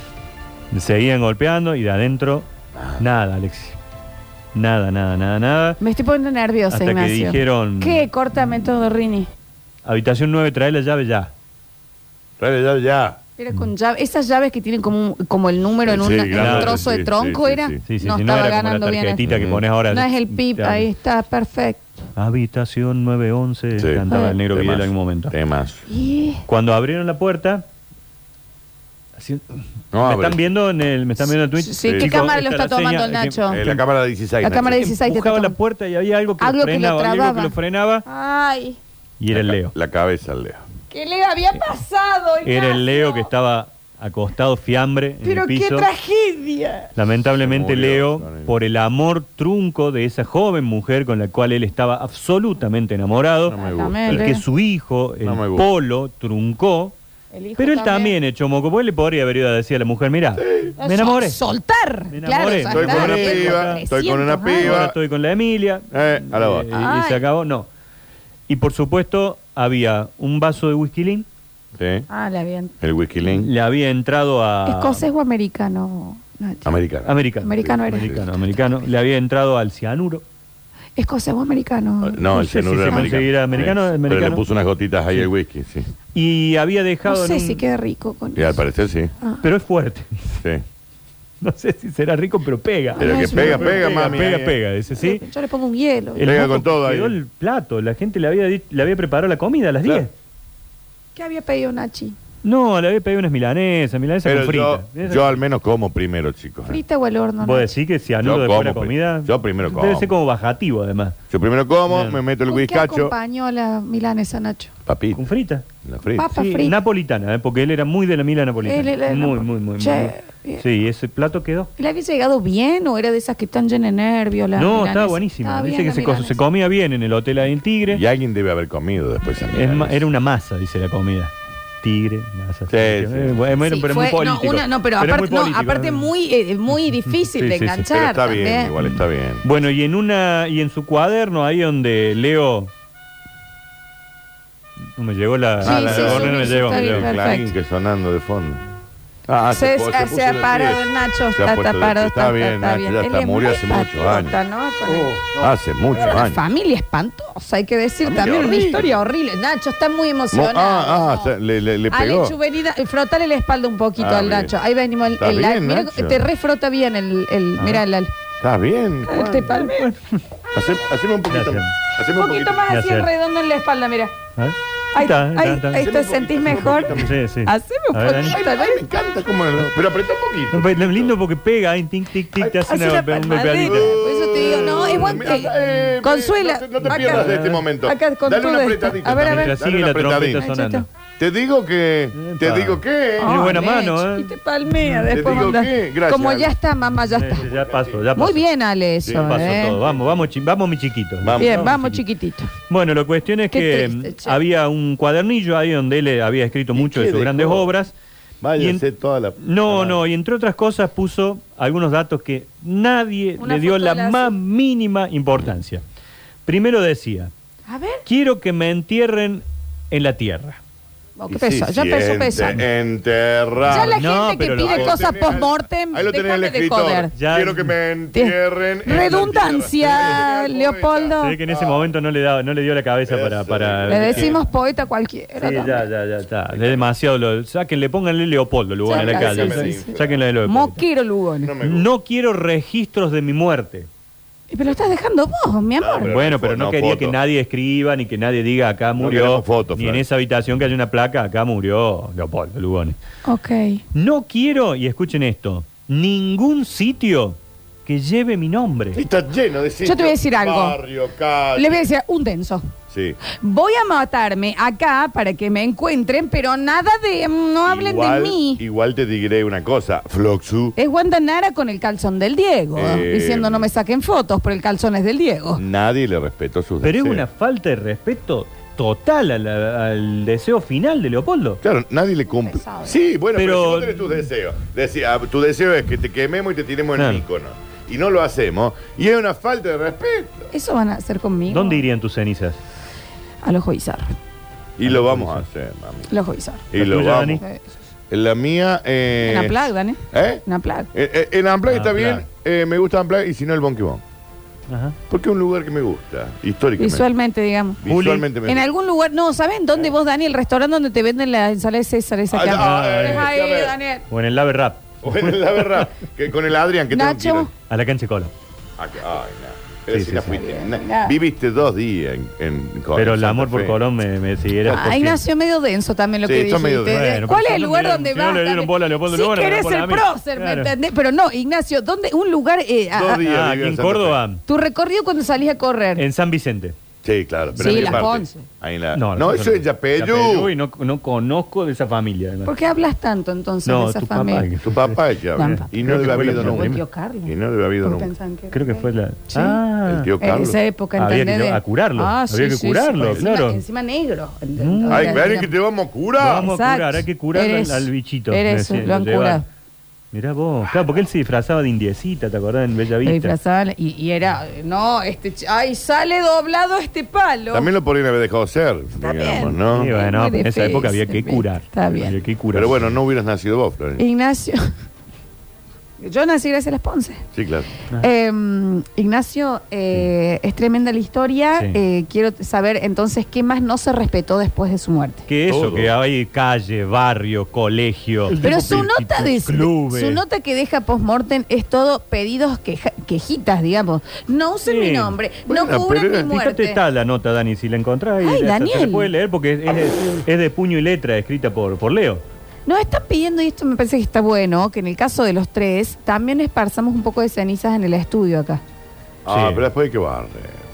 [SPEAKER 2] Seguían golpeando y de adentro
[SPEAKER 3] Ah.
[SPEAKER 2] nada, Alexis. Nada, nada, nada, nada.
[SPEAKER 1] Me estoy poniendo nerviosa,
[SPEAKER 2] Hasta que
[SPEAKER 1] Ignacio.
[SPEAKER 2] dijeron-
[SPEAKER 1] ¿Qué? Córtame todo, Rini.
[SPEAKER 2] Habitación 9, trae la llave ya.
[SPEAKER 3] Trae ya, ya.
[SPEAKER 1] Era
[SPEAKER 2] Mm.
[SPEAKER 1] con llave- esas llaves que tienen como, un- como el número en,
[SPEAKER 3] Sí,
[SPEAKER 1] un- en un
[SPEAKER 2] grande,
[SPEAKER 1] trozo
[SPEAKER 3] sí,
[SPEAKER 1] de tronco,
[SPEAKER 3] sí,
[SPEAKER 1] ¿era?
[SPEAKER 3] sí,
[SPEAKER 2] Sí, sí,
[SPEAKER 1] no
[SPEAKER 2] si no
[SPEAKER 1] estaba
[SPEAKER 2] era como la
[SPEAKER 1] ganando bien.
[SPEAKER 2] tarjetita que pones ahora.
[SPEAKER 1] No es el pip, ahí está, perfecto.
[SPEAKER 2] Habitación 911,
[SPEAKER 3] Sí.
[SPEAKER 2] cantaba el negro Videla en algún momento.
[SPEAKER 3] Temas.
[SPEAKER 1] Y...
[SPEAKER 2] Cuando abrieron la puerta, así-
[SPEAKER 3] No
[SPEAKER 2] me
[SPEAKER 3] abre.
[SPEAKER 2] están viendo en el, me están viendo en Twitch.
[SPEAKER 1] Sí, sí, ¿qué
[SPEAKER 3] Sí.
[SPEAKER 1] cámara lo
[SPEAKER 2] Esta
[SPEAKER 1] está
[SPEAKER 2] la seña,
[SPEAKER 1] tomando el
[SPEAKER 2] que-
[SPEAKER 1] Nacho?
[SPEAKER 3] Eh, la cámara 16.
[SPEAKER 1] La
[SPEAKER 3] Nacho.
[SPEAKER 1] cámara 16. te
[SPEAKER 2] Empujaba la
[SPEAKER 1] tomando.
[SPEAKER 2] puerta y había algo que
[SPEAKER 1] Algo
[SPEAKER 2] lo
[SPEAKER 1] que lo
[SPEAKER 2] frenaba, algo
[SPEAKER 1] trababa.
[SPEAKER 2] que lo frenaba
[SPEAKER 1] Ay,
[SPEAKER 2] y era el Leo.
[SPEAKER 3] La cabeza, Leo.
[SPEAKER 1] ¿qué le había pasado?
[SPEAKER 2] Era el Leo que estaba acostado fiambre en
[SPEAKER 1] Pero
[SPEAKER 2] el
[SPEAKER 1] qué
[SPEAKER 2] piso.
[SPEAKER 1] tragedia.
[SPEAKER 2] Lamentablemente
[SPEAKER 3] Se murió,
[SPEAKER 2] Leo,
[SPEAKER 3] claro.
[SPEAKER 2] por el amor trunco de esa joven mujer con la cual él estaba absolutamente enamorado,
[SPEAKER 3] No me
[SPEAKER 1] Exactamente.
[SPEAKER 2] y
[SPEAKER 3] gusta.
[SPEAKER 2] que su hijo, el
[SPEAKER 3] No me gusta.
[SPEAKER 2] Polo, truncó.
[SPEAKER 1] El hijo
[SPEAKER 2] Pero él también echó moco, porque él le podría haber ido a decir a la mujer, mira, me enamoré.
[SPEAKER 1] Sol- Soltar.
[SPEAKER 2] Me
[SPEAKER 1] Claro,
[SPEAKER 2] enamoré.
[SPEAKER 1] soltar.
[SPEAKER 2] Estoy con una
[SPEAKER 1] Bien,
[SPEAKER 2] piba,
[SPEAKER 3] estoy
[SPEAKER 1] 300
[SPEAKER 3] con una
[SPEAKER 1] años.
[SPEAKER 3] piba.
[SPEAKER 2] Ahora estoy con la Emilia.
[SPEAKER 3] Eh, a la
[SPEAKER 2] Eh,
[SPEAKER 3] boca.
[SPEAKER 2] y, y
[SPEAKER 1] Ay.
[SPEAKER 2] se acabó. No. Y por supuesto, había un vaso de whisky link,
[SPEAKER 3] Sí.
[SPEAKER 1] Ah, la bien.
[SPEAKER 3] El Wikilink
[SPEAKER 2] le había entrado a...
[SPEAKER 1] ¿Escocés o americano, Nacho?
[SPEAKER 3] americano.
[SPEAKER 2] Ah. Americano.
[SPEAKER 1] Americano era.
[SPEAKER 2] Americano, americano. Le había entrado al cianuro.
[SPEAKER 1] ¿Escocés o
[SPEAKER 2] Ah,
[SPEAKER 1] americano?
[SPEAKER 3] No, el
[SPEAKER 2] sé si
[SPEAKER 3] cianuro
[SPEAKER 2] se
[SPEAKER 3] era
[SPEAKER 2] conseguirá americano,
[SPEAKER 3] Sí.
[SPEAKER 2] americano.
[SPEAKER 3] Pero le puso unas gotitas ahí el whisky, sí.
[SPEAKER 2] Y había
[SPEAKER 1] No
[SPEAKER 2] dejado... en
[SPEAKER 1] sé
[SPEAKER 2] un-
[SPEAKER 1] si queda rico con
[SPEAKER 3] Y al
[SPEAKER 1] eso.
[SPEAKER 3] parecer sí.
[SPEAKER 2] Pero es fuerte.
[SPEAKER 3] Sí.
[SPEAKER 2] Ah, No sé si será rico, pero pega.
[SPEAKER 3] Pero
[SPEAKER 1] Ah,
[SPEAKER 3] que
[SPEAKER 1] sí.
[SPEAKER 3] pega, pega, mami.
[SPEAKER 2] Pega,
[SPEAKER 3] ahí, eh.
[SPEAKER 2] pega, dice, sí.
[SPEAKER 1] Yo le pongo un hielo.
[SPEAKER 2] El
[SPEAKER 3] Pega
[SPEAKER 2] moco
[SPEAKER 3] con todo
[SPEAKER 2] que Quedó
[SPEAKER 3] ahí.
[SPEAKER 2] el plato, la gente le había, di- le había preparado la comida a las 10.
[SPEAKER 3] Claro.
[SPEAKER 1] ¿Qué había pedido Nachi?
[SPEAKER 2] No, le había pedido unas milanesas, milanesas
[SPEAKER 3] Pero
[SPEAKER 2] con frita.
[SPEAKER 3] yo, yo al menos como primero, chicos. eh.
[SPEAKER 1] ¿Frita o al horno?
[SPEAKER 2] Ah. ¿Vos
[SPEAKER 1] Nachi?
[SPEAKER 2] decís que cianuro
[SPEAKER 3] Yo
[SPEAKER 2] después de la
[SPEAKER 3] como,
[SPEAKER 2] comida?
[SPEAKER 3] pri- yo primero
[SPEAKER 2] Debe
[SPEAKER 3] como.
[SPEAKER 2] ser como bajativo, además.
[SPEAKER 3] Yo primero como,
[SPEAKER 2] Bien.
[SPEAKER 3] me meto el
[SPEAKER 1] ¿Con qué
[SPEAKER 3] whiskacho.
[SPEAKER 1] acompañó la milanesa, Nacho?
[SPEAKER 3] Papito.
[SPEAKER 2] Con frita.
[SPEAKER 3] La frita.
[SPEAKER 1] Pap- Papa frita.
[SPEAKER 2] Napolitana, eh, porque él era muy de la mila napolitana.
[SPEAKER 1] Él era
[SPEAKER 2] muy,
[SPEAKER 1] napol-
[SPEAKER 2] muy, muy,
[SPEAKER 1] Che,
[SPEAKER 2] muy.
[SPEAKER 1] bien.
[SPEAKER 2] Sí, ese plato quedó.
[SPEAKER 1] ¿Le había llegado bien o era de esas que están llenas de nervios? la
[SPEAKER 2] no,
[SPEAKER 1] milanesa?
[SPEAKER 2] estaba buenísimo.
[SPEAKER 1] Estaba
[SPEAKER 2] dice
[SPEAKER 1] bien
[SPEAKER 2] que
[SPEAKER 1] la
[SPEAKER 2] se, co-
[SPEAKER 1] milanesa.
[SPEAKER 2] se comía bien en el hotel ahí en Tigre.
[SPEAKER 3] Y alguien debe haber comido después. esa
[SPEAKER 2] Es ma-
[SPEAKER 3] milanesa.
[SPEAKER 2] era una masa, dice la comida. Tigre, masa.
[SPEAKER 3] Sí,
[SPEAKER 2] Eh,
[SPEAKER 3] sí.
[SPEAKER 2] bueno, pero
[SPEAKER 1] Sí,
[SPEAKER 2] muy
[SPEAKER 1] fue-
[SPEAKER 2] político.
[SPEAKER 1] No, una- no, pero,
[SPEAKER 2] muy
[SPEAKER 1] aparte, no,
[SPEAKER 2] político.
[SPEAKER 1] aparte muy, eh, muy difícil
[SPEAKER 2] Sí,
[SPEAKER 1] de
[SPEAKER 2] sí, sí, pero
[SPEAKER 1] enganchar.
[SPEAKER 3] Pero está bien,
[SPEAKER 1] también.
[SPEAKER 3] igual está bien.
[SPEAKER 2] Bueno, y en una y en su cuaderno ahí donde Leo no me llegó la,
[SPEAKER 1] Sí,
[SPEAKER 2] ah,
[SPEAKER 3] sí,
[SPEAKER 2] la la
[SPEAKER 3] sí,
[SPEAKER 2] orden no me
[SPEAKER 1] sí,
[SPEAKER 2] llegó.
[SPEAKER 1] está
[SPEAKER 2] me
[SPEAKER 1] bien,
[SPEAKER 2] llegó.
[SPEAKER 1] claro.
[SPEAKER 3] Clarín que sonando de fondo. Ah,
[SPEAKER 1] Se, se,
[SPEAKER 3] po- puso
[SPEAKER 1] se
[SPEAKER 3] de
[SPEAKER 1] ha
[SPEAKER 3] pie.
[SPEAKER 1] parado Nacho,
[SPEAKER 3] Se ha
[SPEAKER 1] está,
[SPEAKER 3] puesto de
[SPEAKER 1] está
[SPEAKER 3] pie.
[SPEAKER 1] parado.
[SPEAKER 3] Está bien, Nacho, ya
[SPEAKER 1] Él
[SPEAKER 3] está,
[SPEAKER 1] es
[SPEAKER 3] murió
[SPEAKER 1] muy
[SPEAKER 3] hace muchos
[SPEAKER 1] patota,
[SPEAKER 3] años.
[SPEAKER 1] ¿no? Con el-
[SPEAKER 3] Hace muchos
[SPEAKER 1] Pero la
[SPEAKER 3] años.
[SPEAKER 1] familia espantosa, hay que decir
[SPEAKER 3] Familia
[SPEAKER 1] también una
[SPEAKER 3] horrible.
[SPEAKER 1] historia horrible. Nacho está muy
[SPEAKER 3] Mo-
[SPEAKER 1] emocionado.
[SPEAKER 3] Ah, ah, se- le, le- le
[SPEAKER 1] Ale,
[SPEAKER 3] pegó.
[SPEAKER 1] chuvenida, eh, frotale la espalda un poquito
[SPEAKER 3] Ah,
[SPEAKER 1] al
[SPEAKER 3] bien.
[SPEAKER 1] Nacho. Ahí venimos el,
[SPEAKER 3] Está
[SPEAKER 1] el-
[SPEAKER 3] bien,
[SPEAKER 1] mira,
[SPEAKER 3] Nacho. Ah.
[SPEAKER 1] te refrota bien el, el mira el, el-
[SPEAKER 3] Está bien. Juan.
[SPEAKER 1] te palme.
[SPEAKER 3] Hace- Haceme un poquito
[SPEAKER 2] Gracias.
[SPEAKER 3] más. Haceme
[SPEAKER 1] Un poquito más así
[SPEAKER 2] Gracias.
[SPEAKER 1] redondo en la espalda, mira.
[SPEAKER 2] A ver.
[SPEAKER 1] Ahí,
[SPEAKER 2] Está, está,
[SPEAKER 1] ahí,
[SPEAKER 2] está.
[SPEAKER 1] ahí te
[SPEAKER 3] Haceme un
[SPEAKER 1] sentís
[SPEAKER 3] poquito,
[SPEAKER 1] mejor.
[SPEAKER 3] haceme
[SPEAKER 2] Sí, sí.
[SPEAKER 1] Haceme un
[SPEAKER 2] A ver, Dani.
[SPEAKER 1] poquito,
[SPEAKER 3] Ay,
[SPEAKER 1] Dani.
[SPEAKER 3] me encanta cómo lo- Pero apretá un
[SPEAKER 2] No,
[SPEAKER 3] poquito.
[SPEAKER 2] pero es lindo porque pega ahí, tic, tic, tic, te hace
[SPEAKER 1] Hace
[SPEAKER 2] una,
[SPEAKER 1] una
[SPEAKER 2] un
[SPEAKER 1] palmadita.
[SPEAKER 2] golpeadita.
[SPEAKER 1] Por eso te serio, ¿no? Es buen-
[SPEAKER 3] Mira,
[SPEAKER 1] eh,
[SPEAKER 3] eh,
[SPEAKER 1] Consuela,
[SPEAKER 3] No te, no te
[SPEAKER 1] acá-
[SPEAKER 3] pierdas de este momento.
[SPEAKER 1] acá con
[SPEAKER 3] Dale
[SPEAKER 1] todo
[SPEAKER 3] una
[SPEAKER 1] esto.
[SPEAKER 3] apretadita.
[SPEAKER 1] A ver, a
[SPEAKER 3] también,
[SPEAKER 1] ver.
[SPEAKER 2] Mientras
[SPEAKER 3] dale
[SPEAKER 2] sigue
[SPEAKER 3] una
[SPEAKER 2] la trompeta
[SPEAKER 3] apretadita.
[SPEAKER 2] sonando.
[SPEAKER 3] Te digo que. Te
[SPEAKER 2] Epa.
[SPEAKER 3] digo que.
[SPEAKER 2] Tiene buena
[SPEAKER 1] Ah,
[SPEAKER 2] mano,
[SPEAKER 1] Lech,
[SPEAKER 2] ¿eh?
[SPEAKER 1] Y te palmea
[SPEAKER 3] Te
[SPEAKER 1] después.
[SPEAKER 3] digo
[SPEAKER 1] onda.
[SPEAKER 3] que, gracias,
[SPEAKER 1] Como
[SPEAKER 3] Ale.
[SPEAKER 1] ya está, mamá, ya está.
[SPEAKER 2] Eh, Ya pasó, ya pasó.
[SPEAKER 1] Muy bien, Ale, eso,
[SPEAKER 2] Sí, pasó
[SPEAKER 1] ¿eh?
[SPEAKER 2] todo. Vamos, vamos, chi- vamos, mi chiquito.
[SPEAKER 3] Vamos.
[SPEAKER 1] Bien, vamos, chiquitito.
[SPEAKER 2] Bueno, la cuestión es
[SPEAKER 1] Qué
[SPEAKER 2] que
[SPEAKER 1] triste,
[SPEAKER 2] mm,
[SPEAKER 1] che.
[SPEAKER 2] había un cuadernillo ahí donde él eh, había escrito
[SPEAKER 3] ¿Y
[SPEAKER 2] mucho de
[SPEAKER 3] qué
[SPEAKER 2] sus
[SPEAKER 3] dejó?
[SPEAKER 2] grandes obras.
[SPEAKER 3] Váyase
[SPEAKER 2] Y en-
[SPEAKER 3] toda la.
[SPEAKER 2] No, no, y entre otras cosas puso algunos datos que nadie
[SPEAKER 1] Una
[SPEAKER 2] le dio
[SPEAKER 1] foto
[SPEAKER 2] la
[SPEAKER 1] de la-
[SPEAKER 2] más mínima importancia. Primero decía,
[SPEAKER 1] A ver.
[SPEAKER 2] quiero que me entierren en la tierra.
[SPEAKER 1] Oh,
[SPEAKER 3] Y
[SPEAKER 1] qué
[SPEAKER 3] sí, eh, ah,
[SPEAKER 1] pesado, ya
[SPEAKER 3] sí,
[SPEAKER 1] empezó
[SPEAKER 3] ente-
[SPEAKER 1] pesado.
[SPEAKER 3] Enterrar.
[SPEAKER 1] Ya la
[SPEAKER 2] No,
[SPEAKER 1] gente que
[SPEAKER 2] pero lo-
[SPEAKER 1] pide
[SPEAKER 2] ahí
[SPEAKER 3] Ahí
[SPEAKER 1] cosas
[SPEAKER 3] tenés-
[SPEAKER 1] post-mortem,
[SPEAKER 3] Ahí lo tenés
[SPEAKER 1] déjame
[SPEAKER 3] el
[SPEAKER 1] de
[SPEAKER 3] escritor.
[SPEAKER 1] joder.
[SPEAKER 2] Ya-
[SPEAKER 3] Quiero que me
[SPEAKER 1] Te-
[SPEAKER 3] entierren. en la tierra.
[SPEAKER 1] Redundancia, Leopoldo.
[SPEAKER 2] Se ve que en ese momento no le, da- no le dio la cabeza para...
[SPEAKER 3] Eso. eh,
[SPEAKER 2] para
[SPEAKER 1] Ah. Le decimos poeta a cualquiera.
[SPEAKER 2] Sí,
[SPEAKER 1] también.
[SPEAKER 2] ya, ya, ya está. Es demasiado. Lo, sáquenle, pónganle Leopoldo luego en la
[SPEAKER 1] Sácale,
[SPEAKER 2] calle.
[SPEAKER 1] sí,
[SPEAKER 2] Sáquenle
[SPEAKER 1] sí, sí.
[SPEAKER 2] Sáquenla de Leopoldo.
[SPEAKER 1] Moquero Lugones.
[SPEAKER 3] No me gusta.
[SPEAKER 2] No quiero registros de mi muerte.
[SPEAKER 1] Eh, Pero lo estás dejando vos, mi amor.
[SPEAKER 3] Pero
[SPEAKER 2] bueno,
[SPEAKER 3] no
[SPEAKER 2] pero
[SPEAKER 3] fo-
[SPEAKER 2] no,
[SPEAKER 3] no
[SPEAKER 2] quería
[SPEAKER 3] foto.
[SPEAKER 2] que nadie escriba ni que nadie diga acá
[SPEAKER 3] No
[SPEAKER 2] murió.
[SPEAKER 3] queremos fotos,
[SPEAKER 2] ni en
[SPEAKER 3] Fran.
[SPEAKER 2] esa habitación que hay una placa, acá murió Leopoldo Lugones.
[SPEAKER 1] Ok.
[SPEAKER 2] No quiero, y escuchen esto, ningún sitio que lleve mi nombre.
[SPEAKER 3] Está lleno de sitios.
[SPEAKER 1] te voy a decir algo.
[SPEAKER 3] Barrio, calle.
[SPEAKER 1] Le voy a decir un denso.
[SPEAKER 3] Sí.
[SPEAKER 1] Voy a matarme acá para que me encuentren, pero nada de. mm, No hablen
[SPEAKER 3] Igual-
[SPEAKER 1] de mí. Eh.
[SPEAKER 3] Igual te diré una cosa. Floxu.
[SPEAKER 1] Es Wanda Nara con el calzón del Diego,
[SPEAKER 3] Eh,
[SPEAKER 1] diciendo no me saquen fotos, pero el calzón es del Diego.
[SPEAKER 3] Nadie le respetó sus
[SPEAKER 2] Pero es
[SPEAKER 3] deseos.
[SPEAKER 2] una falta de respeto total a la- al deseo final de Leopoldo.
[SPEAKER 3] Claro, nadie le cumple.
[SPEAKER 1] Pesado. ¿eh?
[SPEAKER 3] Sí, bueno, pero,
[SPEAKER 2] Pero-
[SPEAKER 3] si vos tenés tus deseos. Decí- ah, tu deseo es que te quememos y te tiremos en
[SPEAKER 2] Claro.
[SPEAKER 3] el icono. Y no lo hacemos. Y es una falta de respeto.
[SPEAKER 1] Eso van a hacer conmigo.
[SPEAKER 2] ¿Dónde irían tus cenizas?
[SPEAKER 1] Al ojo Izar.
[SPEAKER 3] Y
[SPEAKER 2] Ah,
[SPEAKER 3] lo vamos a hacer, mami.
[SPEAKER 1] Al ojo Izar.
[SPEAKER 3] Y
[SPEAKER 2] ¿La
[SPEAKER 3] lo
[SPEAKER 2] tuya,
[SPEAKER 3] vamos.
[SPEAKER 1] Eh,
[SPEAKER 3] La mía. Eh,
[SPEAKER 1] en Amplag, Dani.
[SPEAKER 3] ¿Eh?
[SPEAKER 1] En Amplag.
[SPEAKER 3] Eh, eh, en Amplag está
[SPEAKER 2] Amplag.
[SPEAKER 3] bien. eh, me gusta Amplag y si no el Bonquibón.
[SPEAKER 2] Ajá.
[SPEAKER 3] Porque es un lugar que me gusta, históricamente.
[SPEAKER 1] Visualmente, digamos.
[SPEAKER 3] Visualmente me
[SPEAKER 1] En
[SPEAKER 3] gusta.
[SPEAKER 1] algún lugar, no, ¿saben dónde vos, Dani? El restaurante donde te venden la ensalada de César, esa
[SPEAKER 3] Ah,
[SPEAKER 1] que
[SPEAKER 3] ah,
[SPEAKER 1] hacen.
[SPEAKER 2] eh,
[SPEAKER 1] Es ahí,
[SPEAKER 3] a ver.
[SPEAKER 1] Daniel.
[SPEAKER 2] O en el Lave Rap,
[SPEAKER 3] Bueno, la verdad, que con el Adrián que
[SPEAKER 1] Nacho.
[SPEAKER 3] tengo
[SPEAKER 2] a la cancha de cola.
[SPEAKER 3] Ay, no. Pero
[SPEAKER 2] Sí,
[SPEAKER 3] si
[SPEAKER 2] sí,
[SPEAKER 3] la
[SPEAKER 2] sí.
[SPEAKER 3] fuiste.
[SPEAKER 1] Bien,
[SPEAKER 3] Na-
[SPEAKER 1] nada.
[SPEAKER 3] Viviste dos días en, en Córdoba,
[SPEAKER 2] Pero el
[SPEAKER 3] Santa
[SPEAKER 2] amor por
[SPEAKER 3] Fe.
[SPEAKER 2] Colón me, me siguiera. por
[SPEAKER 1] Ah, Ahí
[SPEAKER 2] siempre.
[SPEAKER 1] nació medio denso también lo
[SPEAKER 3] Sí,
[SPEAKER 1] que
[SPEAKER 3] está
[SPEAKER 1] dijiste.
[SPEAKER 3] medio denso.
[SPEAKER 2] Bueno,
[SPEAKER 1] ¿Cuál es
[SPEAKER 2] pero si
[SPEAKER 1] el
[SPEAKER 2] no
[SPEAKER 1] lugar
[SPEAKER 2] le dieron-
[SPEAKER 1] donde
[SPEAKER 2] si
[SPEAKER 1] vas?
[SPEAKER 2] no le dieron
[SPEAKER 1] Dani?
[SPEAKER 2] bola a Leopoldo
[SPEAKER 1] Sí
[SPEAKER 2] Lugones, me
[SPEAKER 1] querés
[SPEAKER 2] la
[SPEAKER 1] el
[SPEAKER 2] ponen a mí.
[SPEAKER 1] prócer, ¿me
[SPEAKER 2] Claro.
[SPEAKER 1] entendés? Pero no, Ignacio, ¿dónde? Un lugar... eh, a-
[SPEAKER 3] Dos
[SPEAKER 1] a-
[SPEAKER 2] Ah,
[SPEAKER 3] días. vivió
[SPEAKER 2] aquí
[SPEAKER 3] en
[SPEAKER 2] en
[SPEAKER 3] Santa Fe.
[SPEAKER 2] Córdoba,
[SPEAKER 1] tu recorrido cuando salís a correr.
[SPEAKER 2] en San Vicente.
[SPEAKER 3] Sí, claro.
[SPEAKER 1] Sí,
[SPEAKER 3] Pero ¿en qué
[SPEAKER 1] las
[SPEAKER 3] parte?
[SPEAKER 1] once.
[SPEAKER 3] Ahí en la- No, eso es Yapeyú.
[SPEAKER 2] y no, no conozco de esa familia. además.
[SPEAKER 1] ¿Por qué hablas tanto entonces
[SPEAKER 2] No,
[SPEAKER 1] de esa
[SPEAKER 2] tu papá.
[SPEAKER 1] familia?
[SPEAKER 3] Tu papá es Yapeyú.
[SPEAKER 1] Lampa.
[SPEAKER 3] Y no
[SPEAKER 2] Creo que
[SPEAKER 3] debe
[SPEAKER 2] fue
[SPEAKER 3] haber
[SPEAKER 2] la
[SPEAKER 3] ido
[SPEAKER 2] primera.
[SPEAKER 3] nunca.
[SPEAKER 1] El tío Carlos.
[SPEAKER 3] Y no debe haber ido
[SPEAKER 1] Porque
[SPEAKER 3] nunca.
[SPEAKER 1] pensaban que-
[SPEAKER 2] Creo que fue la.
[SPEAKER 1] Sí.
[SPEAKER 2] Ah.
[SPEAKER 3] El tío
[SPEAKER 1] Eh,
[SPEAKER 3] Carlos.
[SPEAKER 1] esa época,
[SPEAKER 2] Había que
[SPEAKER 1] ¿entendés? Ah,
[SPEAKER 2] a curarlo, había que curarlo,
[SPEAKER 1] porque encima-
[SPEAKER 2] claro. Mm.
[SPEAKER 1] Encima, negro.
[SPEAKER 3] Ay,
[SPEAKER 1] Era-
[SPEAKER 3] ven
[SPEAKER 1] era-
[SPEAKER 3] que te vamos a curar.
[SPEAKER 2] Vamos a
[SPEAKER 1] Exacto.
[SPEAKER 2] curar, hay que curar al-
[SPEAKER 1] Eres-
[SPEAKER 2] al, bichito.
[SPEAKER 1] eres un- lo han
[SPEAKER 2] llevar.
[SPEAKER 1] curado.
[SPEAKER 2] Mirá vos, claro, porque él se disfrazaba de indiecita, ¿te acordás? En Bella
[SPEAKER 1] Lo
[SPEAKER 2] Vista.
[SPEAKER 1] disfrazaban y, y era, no, este, ch- ay, sale doblado este palo.
[SPEAKER 3] También lo podrían haber dejado ser, digamos,
[SPEAKER 1] bien.
[SPEAKER 3] ¿no?
[SPEAKER 2] Sí, bueno,
[SPEAKER 1] Es muy
[SPEAKER 2] en esa
[SPEAKER 1] difícil,
[SPEAKER 2] época había que
[SPEAKER 1] ¿viste?
[SPEAKER 2] curar.
[SPEAKER 1] Está bien.
[SPEAKER 2] Había que curar.
[SPEAKER 3] Pero bueno, no hubieras nacido vos, Florencia.
[SPEAKER 1] Ignacio. Yo nací gracias a las Ponce.
[SPEAKER 3] Sí, claro.
[SPEAKER 1] Eh, Ignacio, eh, es tremenda la historia.
[SPEAKER 2] Sí.
[SPEAKER 1] Eh, quiero saber entonces qué más no se respetó después de su muerte.
[SPEAKER 2] que eso,
[SPEAKER 3] Todo.
[SPEAKER 2] que hay calle, barrio, colegio.
[SPEAKER 1] Pero su nota de
[SPEAKER 2] clubes.
[SPEAKER 1] su nota que deja postmortem es todo pedidos queja- quejitas, digamos. No usen
[SPEAKER 2] Sí.
[SPEAKER 1] mi nombre, no
[SPEAKER 3] Bueno,
[SPEAKER 1] cubren
[SPEAKER 3] pero
[SPEAKER 1] mi
[SPEAKER 3] era-
[SPEAKER 2] Fíjate,
[SPEAKER 1] muerte.
[SPEAKER 2] está la nota, Dani, si la encontrás. ahí,
[SPEAKER 1] Ay,
[SPEAKER 2] la- se- Se
[SPEAKER 1] Daniel.
[SPEAKER 2] la puede leer porque es, es- es de puño y letra escrita por, por Leo.
[SPEAKER 1] Nos están pidiendo, y esto me parece que está bueno, que en el caso de los tres, también esparzamos un poco de cenizas en el estudio acá.
[SPEAKER 3] Ah,
[SPEAKER 2] Sí.
[SPEAKER 3] pero después hay que barrer, Florencia.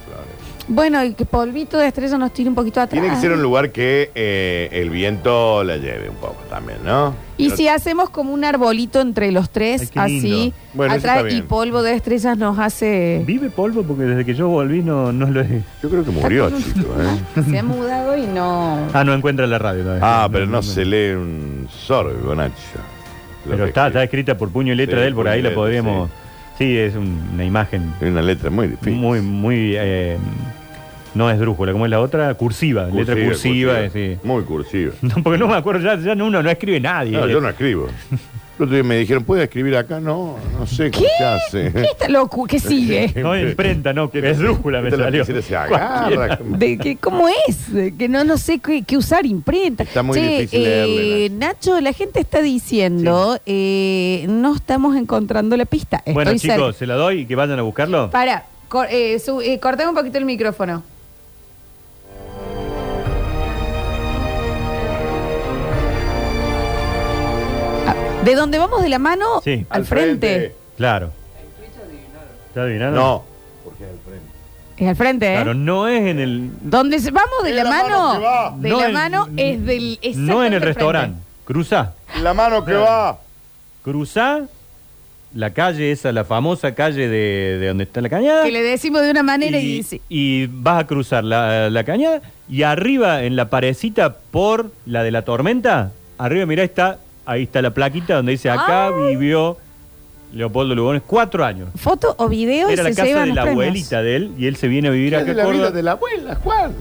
[SPEAKER 1] Bueno, y que polvito de estrella nos tire un poquito atrás.
[SPEAKER 3] Tiene que ser un lugar que eh, el viento la lleve un poco también, ¿no?
[SPEAKER 1] Y
[SPEAKER 3] Pero-
[SPEAKER 1] si hacemos como un arbolito entre los
[SPEAKER 2] Ay,
[SPEAKER 1] tres,
[SPEAKER 2] qué
[SPEAKER 1] así,
[SPEAKER 2] lindo. ¿Eh?
[SPEAKER 3] Bueno, eso
[SPEAKER 1] atrás
[SPEAKER 3] está
[SPEAKER 1] y
[SPEAKER 3] bien.
[SPEAKER 1] polvo de estrellas nos hace...
[SPEAKER 2] Vive polvo porque desde que yo volví no, no lo he.
[SPEAKER 3] Yo creo que murió, chico, ¿eh?
[SPEAKER 1] Se ha mudado y no...
[SPEAKER 2] Ah, no encuentra la radio todavía.
[SPEAKER 3] Ah, pero no se lee un sorbo, Nacho. Lo
[SPEAKER 2] Pero
[SPEAKER 3] que
[SPEAKER 2] está, está
[SPEAKER 3] escribe.
[SPEAKER 2] escrita por puño y letra
[SPEAKER 3] Sí,
[SPEAKER 2] de él, por
[SPEAKER 3] puño y
[SPEAKER 2] ahí la
[SPEAKER 3] letra,
[SPEAKER 2] podríamos. Sí, es un- una imagen
[SPEAKER 3] Es una letra muy difícil.
[SPEAKER 2] muy, muy. eh, no es drújula, ¿cómo es la otra? Cursiva,
[SPEAKER 3] Cursiva,
[SPEAKER 2] letra cursiva. eh, sí.
[SPEAKER 3] Muy cursiva.
[SPEAKER 2] No, porque no me acuerdo, ya, ya no, uno no escribe nadie.
[SPEAKER 3] No, yo no escribo. El otro día me dijeron, ¿puedes escribir acá? No, no sé cómo se hace.
[SPEAKER 1] ¿Qué está loco? ¿Qué sigue?
[SPEAKER 2] No, imprenta, no, que es drújula me
[SPEAKER 3] Esta
[SPEAKER 2] salió.
[SPEAKER 3] lapicera se agarra.
[SPEAKER 1] ¿De qué, ¿Cómo es? De Que no, no sé qué, qué usar imprenta. eh,
[SPEAKER 3] Está muy difícil leerle,
[SPEAKER 1] Nacho, la gente está diciendo, eh, no estamos encontrando la pista. Estoy
[SPEAKER 2] Bueno,
[SPEAKER 1] cerca.
[SPEAKER 2] chicos, se la doy y que vayan a buscarlo.
[SPEAKER 1] Para, cor- eh, su- eh, cortame un poquito el micrófono. Ah, ¿De dónde vamos de la mano?
[SPEAKER 2] Sí.
[SPEAKER 1] Al frente.
[SPEAKER 2] Ah, Claro. ¿Ya adivinaron?
[SPEAKER 3] No,
[SPEAKER 1] Es al frente, ¿eh?
[SPEAKER 2] Claro, no es en el.
[SPEAKER 1] Donde se- vamos de
[SPEAKER 3] Es
[SPEAKER 1] la,
[SPEAKER 3] la mano
[SPEAKER 1] mano,
[SPEAKER 3] que va.
[SPEAKER 1] de
[SPEAKER 2] no
[SPEAKER 1] la
[SPEAKER 2] en-
[SPEAKER 1] mano es del
[SPEAKER 2] No en
[SPEAKER 1] exactamente
[SPEAKER 2] el
[SPEAKER 1] frente.
[SPEAKER 2] restaurante. Cruzá.
[SPEAKER 3] La mano que va.
[SPEAKER 2] Cruzá la calle esa, la famosa calle de, de donde está la cañada.
[SPEAKER 1] Que le decimos de una manera y, dice,
[SPEAKER 2] y vas a cruzar la, la cañada y arriba en la parecita por la de la tormenta, arriba mirá está, ahí está la plaquita donde dice acá vivió Leopoldo Lugones cuatro años.
[SPEAKER 1] foto o video y
[SPEAKER 2] Era la
[SPEAKER 1] se
[SPEAKER 2] casa
[SPEAKER 1] llevan
[SPEAKER 2] de
[SPEAKER 1] los
[SPEAKER 2] la
[SPEAKER 1] premios.
[SPEAKER 2] abuelita de él y él se viene a vivir
[SPEAKER 3] Es
[SPEAKER 2] acá
[SPEAKER 3] de
[SPEAKER 2] a
[SPEAKER 3] la vida
[SPEAKER 2] Córdoba.
[SPEAKER 3] de la abuela, Juan.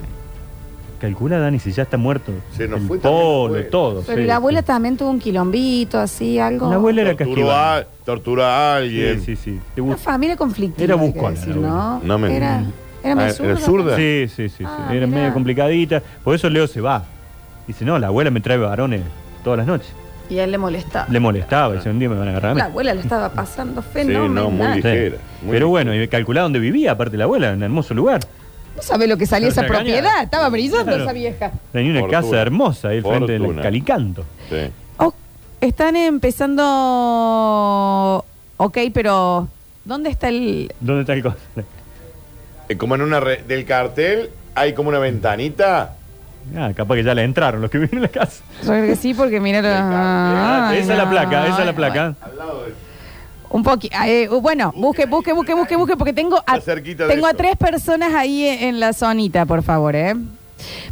[SPEAKER 2] Calcula Dani si ya está muerto.
[SPEAKER 3] Se nos
[SPEAKER 2] El
[SPEAKER 3] fue también la
[SPEAKER 2] polo,
[SPEAKER 3] abuela.
[SPEAKER 2] todo.
[SPEAKER 1] Pero
[SPEAKER 2] sí.
[SPEAKER 1] la abuela también tuvo un quilombito, así, algo.
[SPEAKER 2] La abuela era
[SPEAKER 3] Torturó
[SPEAKER 2] castigada.
[SPEAKER 3] a, tortura a
[SPEAKER 2] Sí,
[SPEAKER 3] alguien.
[SPEAKER 2] sí, sí. Te
[SPEAKER 1] Una
[SPEAKER 2] gusta.
[SPEAKER 1] familia conflictiva.
[SPEAKER 2] Era
[SPEAKER 1] hay que
[SPEAKER 2] buscona,
[SPEAKER 1] decir,
[SPEAKER 2] la
[SPEAKER 1] ¿no?
[SPEAKER 3] No me-
[SPEAKER 1] Era, era
[SPEAKER 3] Ah,
[SPEAKER 1] más
[SPEAKER 3] ¿era
[SPEAKER 1] zurda.
[SPEAKER 3] zurda?
[SPEAKER 2] Sí, sí, sí. sí.
[SPEAKER 1] Ah,
[SPEAKER 2] Era
[SPEAKER 1] mirá.
[SPEAKER 2] medio complicadita. Por eso Leo se va. Dice, no, la abuela me trae varones todas las noches.
[SPEAKER 1] Y a él le molestaba.
[SPEAKER 2] Le molestaba, dice, un día me van a agarrar a mí.
[SPEAKER 1] La abuela le estaba pasando
[SPEAKER 3] no,
[SPEAKER 1] fenomenal.
[SPEAKER 3] muy
[SPEAKER 1] no,
[SPEAKER 3] bien. ligera, muy
[SPEAKER 2] Pero bueno, y calculá dónde vivía, aparte la abuela, en un hermoso lugar.
[SPEAKER 1] sabe lo que salía
[SPEAKER 2] Pero
[SPEAKER 1] esa
[SPEAKER 2] se engañaba.
[SPEAKER 1] propiedad. Estaba brillando
[SPEAKER 2] Claro.
[SPEAKER 1] esa vieja.
[SPEAKER 2] Tenía una
[SPEAKER 3] Fortuna.
[SPEAKER 2] casa hermosa ahí al frente del
[SPEAKER 3] Fortuna.
[SPEAKER 2] Calicanto.
[SPEAKER 3] Sí.
[SPEAKER 1] Oh, están empezando. Ok, pero. ¿Dónde está el.?
[SPEAKER 2] ¿Dónde está el cosa?
[SPEAKER 3] Eh, Como en una re- del cartel hay como una ventanita.
[SPEAKER 2] Ah, capaz que ya le entraron los que viven en la casa.
[SPEAKER 1] Yo creo que sí, porque mira.
[SPEAKER 2] Ah,
[SPEAKER 1] Ay,
[SPEAKER 2] esa es la
[SPEAKER 1] no.
[SPEAKER 2] placa, esa es la placa.
[SPEAKER 3] Al lado del.
[SPEAKER 1] Un poquito. bueno, busque, busque, busque, busque, busque, porque tengo a,
[SPEAKER 3] Está cerquita de
[SPEAKER 1] tengo a
[SPEAKER 3] eso.
[SPEAKER 1] tres personas ahí e, en, en la zonita, por favor, ¿eh?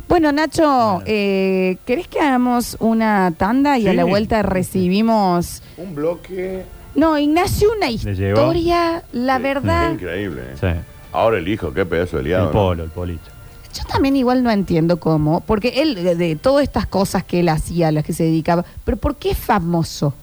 [SPEAKER 1] Bueno, Nacho, eh, ¿querés que hagamos una tanda y a
[SPEAKER 2] Sí.
[SPEAKER 1] la vuelta recibimos.
[SPEAKER 3] Un bloque. Eh,
[SPEAKER 1] No, Ignacio, una
[SPEAKER 2] llegó?
[SPEAKER 1] historia, la verdad.
[SPEAKER 3] Increíble. eh.
[SPEAKER 2] Sí,
[SPEAKER 3] Ahora el hijo, qué pedazo de
[SPEAKER 2] el
[SPEAKER 3] liado. ¿no?
[SPEAKER 2] polo, el polito.
[SPEAKER 1] Yo también igual no entiendo cómo, porque él, de, de todas estas cosas que él hacía, a las que se dedicaba, pero ¿por qué es famoso?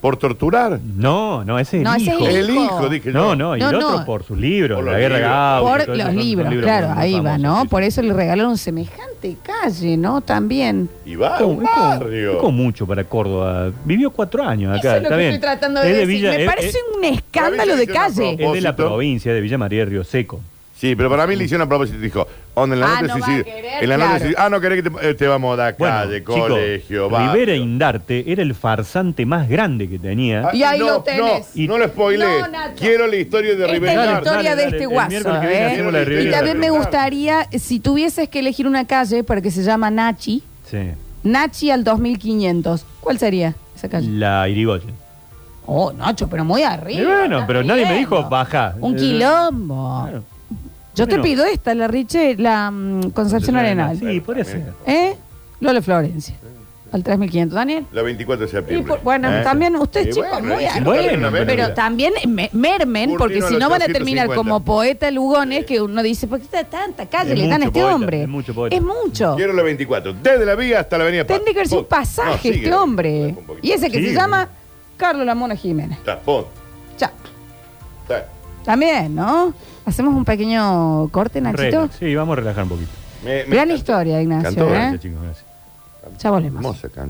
[SPEAKER 3] Por torturar.
[SPEAKER 2] No, no, ese es
[SPEAKER 1] No,
[SPEAKER 2] el
[SPEAKER 1] ese es
[SPEAKER 2] hijo.
[SPEAKER 1] el
[SPEAKER 3] El hijo, dije yo.
[SPEAKER 2] No, no, y
[SPEAKER 1] No,
[SPEAKER 2] el otro
[SPEAKER 1] no.
[SPEAKER 2] por sus libros,
[SPEAKER 3] Por
[SPEAKER 2] La
[SPEAKER 3] los
[SPEAKER 2] Guerra
[SPEAKER 3] libros.
[SPEAKER 2] Gaucha,
[SPEAKER 1] Por
[SPEAKER 2] todo eso,
[SPEAKER 1] los
[SPEAKER 2] son- son
[SPEAKER 1] libros, claro,
[SPEAKER 2] muy
[SPEAKER 1] ahí va,
[SPEAKER 2] famosos,
[SPEAKER 1] ¿no?
[SPEAKER 2] sí,
[SPEAKER 1] Por
[SPEAKER 2] sí.
[SPEAKER 1] eso le regalaron semejante calle, ¿no? También.
[SPEAKER 3] Y va a
[SPEAKER 2] Como-
[SPEAKER 3] Ah, un
[SPEAKER 2] es como-
[SPEAKER 3] barrio.
[SPEAKER 2] es como mucho para Córdoba. Vivió cuatro años
[SPEAKER 1] Eso
[SPEAKER 2] acá.
[SPEAKER 1] es lo que
[SPEAKER 2] está bien.
[SPEAKER 1] estoy tratando de
[SPEAKER 2] Es
[SPEAKER 1] decir.
[SPEAKER 2] Villa-
[SPEAKER 1] Me
[SPEAKER 2] es-
[SPEAKER 1] parece
[SPEAKER 2] es-
[SPEAKER 1] un escándalo de
[SPEAKER 3] Para mí se hizo una
[SPEAKER 1] calle.
[SPEAKER 3] propuesta.
[SPEAKER 2] Es de la
[SPEAKER 3] Propósito.
[SPEAKER 2] provincia de Villa María de Río Seco.
[SPEAKER 3] Sí, pero para mí le hicieron a propósito. Dijo, onda en la
[SPEAKER 1] Ah,
[SPEAKER 3] noche
[SPEAKER 1] no va a
[SPEAKER 3] suicidio.
[SPEAKER 1] querer,
[SPEAKER 3] en la noche
[SPEAKER 1] claro.
[SPEAKER 3] suicidio. Ah, no querés que te, eh, te vamos a dar
[SPEAKER 2] Bueno,
[SPEAKER 3] calle,
[SPEAKER 2] chico,
[SPEAKER 3] colegio, barrio.
[SPEAKER 2] Rivera Indarte era el farsante más grande que tenía.
[SPEAKER 3] Ah,
[SPEAKER 1] Y ahí
[SPEAKER 3] no,
[SPEAKER 1] lo tenés.
[SPEAKER 3] No, no lo spoilees.
[SPEAKER 1] No, Nacho. Este
[SPEAKER 3] Quiero la historia de
[SPEAKER 1] Esta es
[SPEAKER 3] Rivera
[SPEAKER 1] la
[SPEAKER 2] Dale,
[SPEAKER 3] Indarte.
[SPEAKER 1] historia
[SPEAKER 2] Este dale,
[SPEAKER 1] de
[SPEAKER 2] dale,
[SPEAKER 1] este
[SPEAKER 2] el
[SPEAKER 1] guaso.
[SPEAKER 2] miércoles que viene
[SPEAKER 1] ¿eh?
[SPEAKER 2] hacemos la de Rivera
[SPEAKER 1] Y también me
[SPEAKER 3] Indarte.
[SPEAKER 1] gustaría, si tuvieses que elegir una calle para que se llama Nachi,
[SPEAKER 2] Sí.
[SPEAKER 1] Nachi al 2500, ¿cuál sería esa calle?
[SPEAKER 2] La Irigoyen.
[SPEAKER 1] Oh, Nacho, pero muy arriba.
[SPEAKER 2] Y bueno,
[SPEAKER 1] estás
[SPEAKER 2] pero nadie me
[SPEAKER 1] pidiendo.
[SPEAKER 2] dijo bajá.
[SPEAKER 1] Un
[SPEAKER 2] Eh,
[SPEAKER 1] quilombo.
[SPEAKER 2] Claro.
[SPEAKER 1] Yo te
[SPEAKER 2] Bueno.
[SPEAKER 1] pido esta, la Riche, la mm, Concepción Arenal.
[SPEAKER 2] Sí, podría ser.
[SPEAKER 1] ¿Eh? Lola Florencia. Al 3500. Daniel.
[SPEAKER 3] La 24 de septiembre. ¿Eh?
[SPEAKER 1] Y por- bueno, también ustedes, chicos, muy
[SPEAKER 3] y si no
[SPEAKER 2] bueno,
[SPEAKER 3] termina una
[SPEAKER 2] pero-
[SPEAKER 3] vez,
[SPEAKER 1] Pero también me- mermen,
[SPEAKER 3] Curtino
[SPEAKER 1] porque si
[SPEAKER 3] los
[SPEAKER 1] no van a terminar
[SPEAKER 3] 850.
[SPEAKER 1] como poeta Lugones, que uno dice, ¿por qué está tanta calle
[SPEAKER 2] Es
[SPEAKER 1] le dan a
[SPEAKER 2] mucho
[SPEAKER 1] este
[SPEAKER 2] poeta,
[SPEAKER 1] hombre?
[SPEAKER 2] es mucho poeta.
[SPEAKER 1] Es mucho.
[SPEAKER 3] Quiero la 24. Desde la vía hasta la avenida Paz.
[SPEAKER 1] Oh. Tendría que haber sido un
[SPEAKER 3] Punto. No,
[SPEAKER 1] pasaje
[SPEAKER 3] sigue.
[SPEAKER 1] este hombre.
[SPEAKER 3] Un poquito.
[SPEAKER 1] Y ese que
[SPEAKER 2] Sí,
[SPEAKER 1] se
[SPEAKER 2] bueno.
[SPEAKER 1] llama Carlos Lamona Jiménez.
[SPEAKER 3] Está, punto.
[SPEAKER 1] Ya.
[SPEAKER 3] Está.
[SPEAKER 1] También, ¿no? Hacemos un pequeño corte, Nachito.
[SPEAKER 2] Relax. Sí, vamos a relajar un poquito.
[SPEAKER 3] Me- me
[SPEAKER 1] Gran
[SPEAKER 3] encantó.
[SPEAKER 1] historia, Ignacio.
[SPEAKER 3] Cantó,
[SPEAKER 1] ¿eh?
[SPEAKER 2] Gracias, chicos, gracias.
[SPEAKER 1] Ya volvemos.
[SPEAKER 3] Hermosa canción.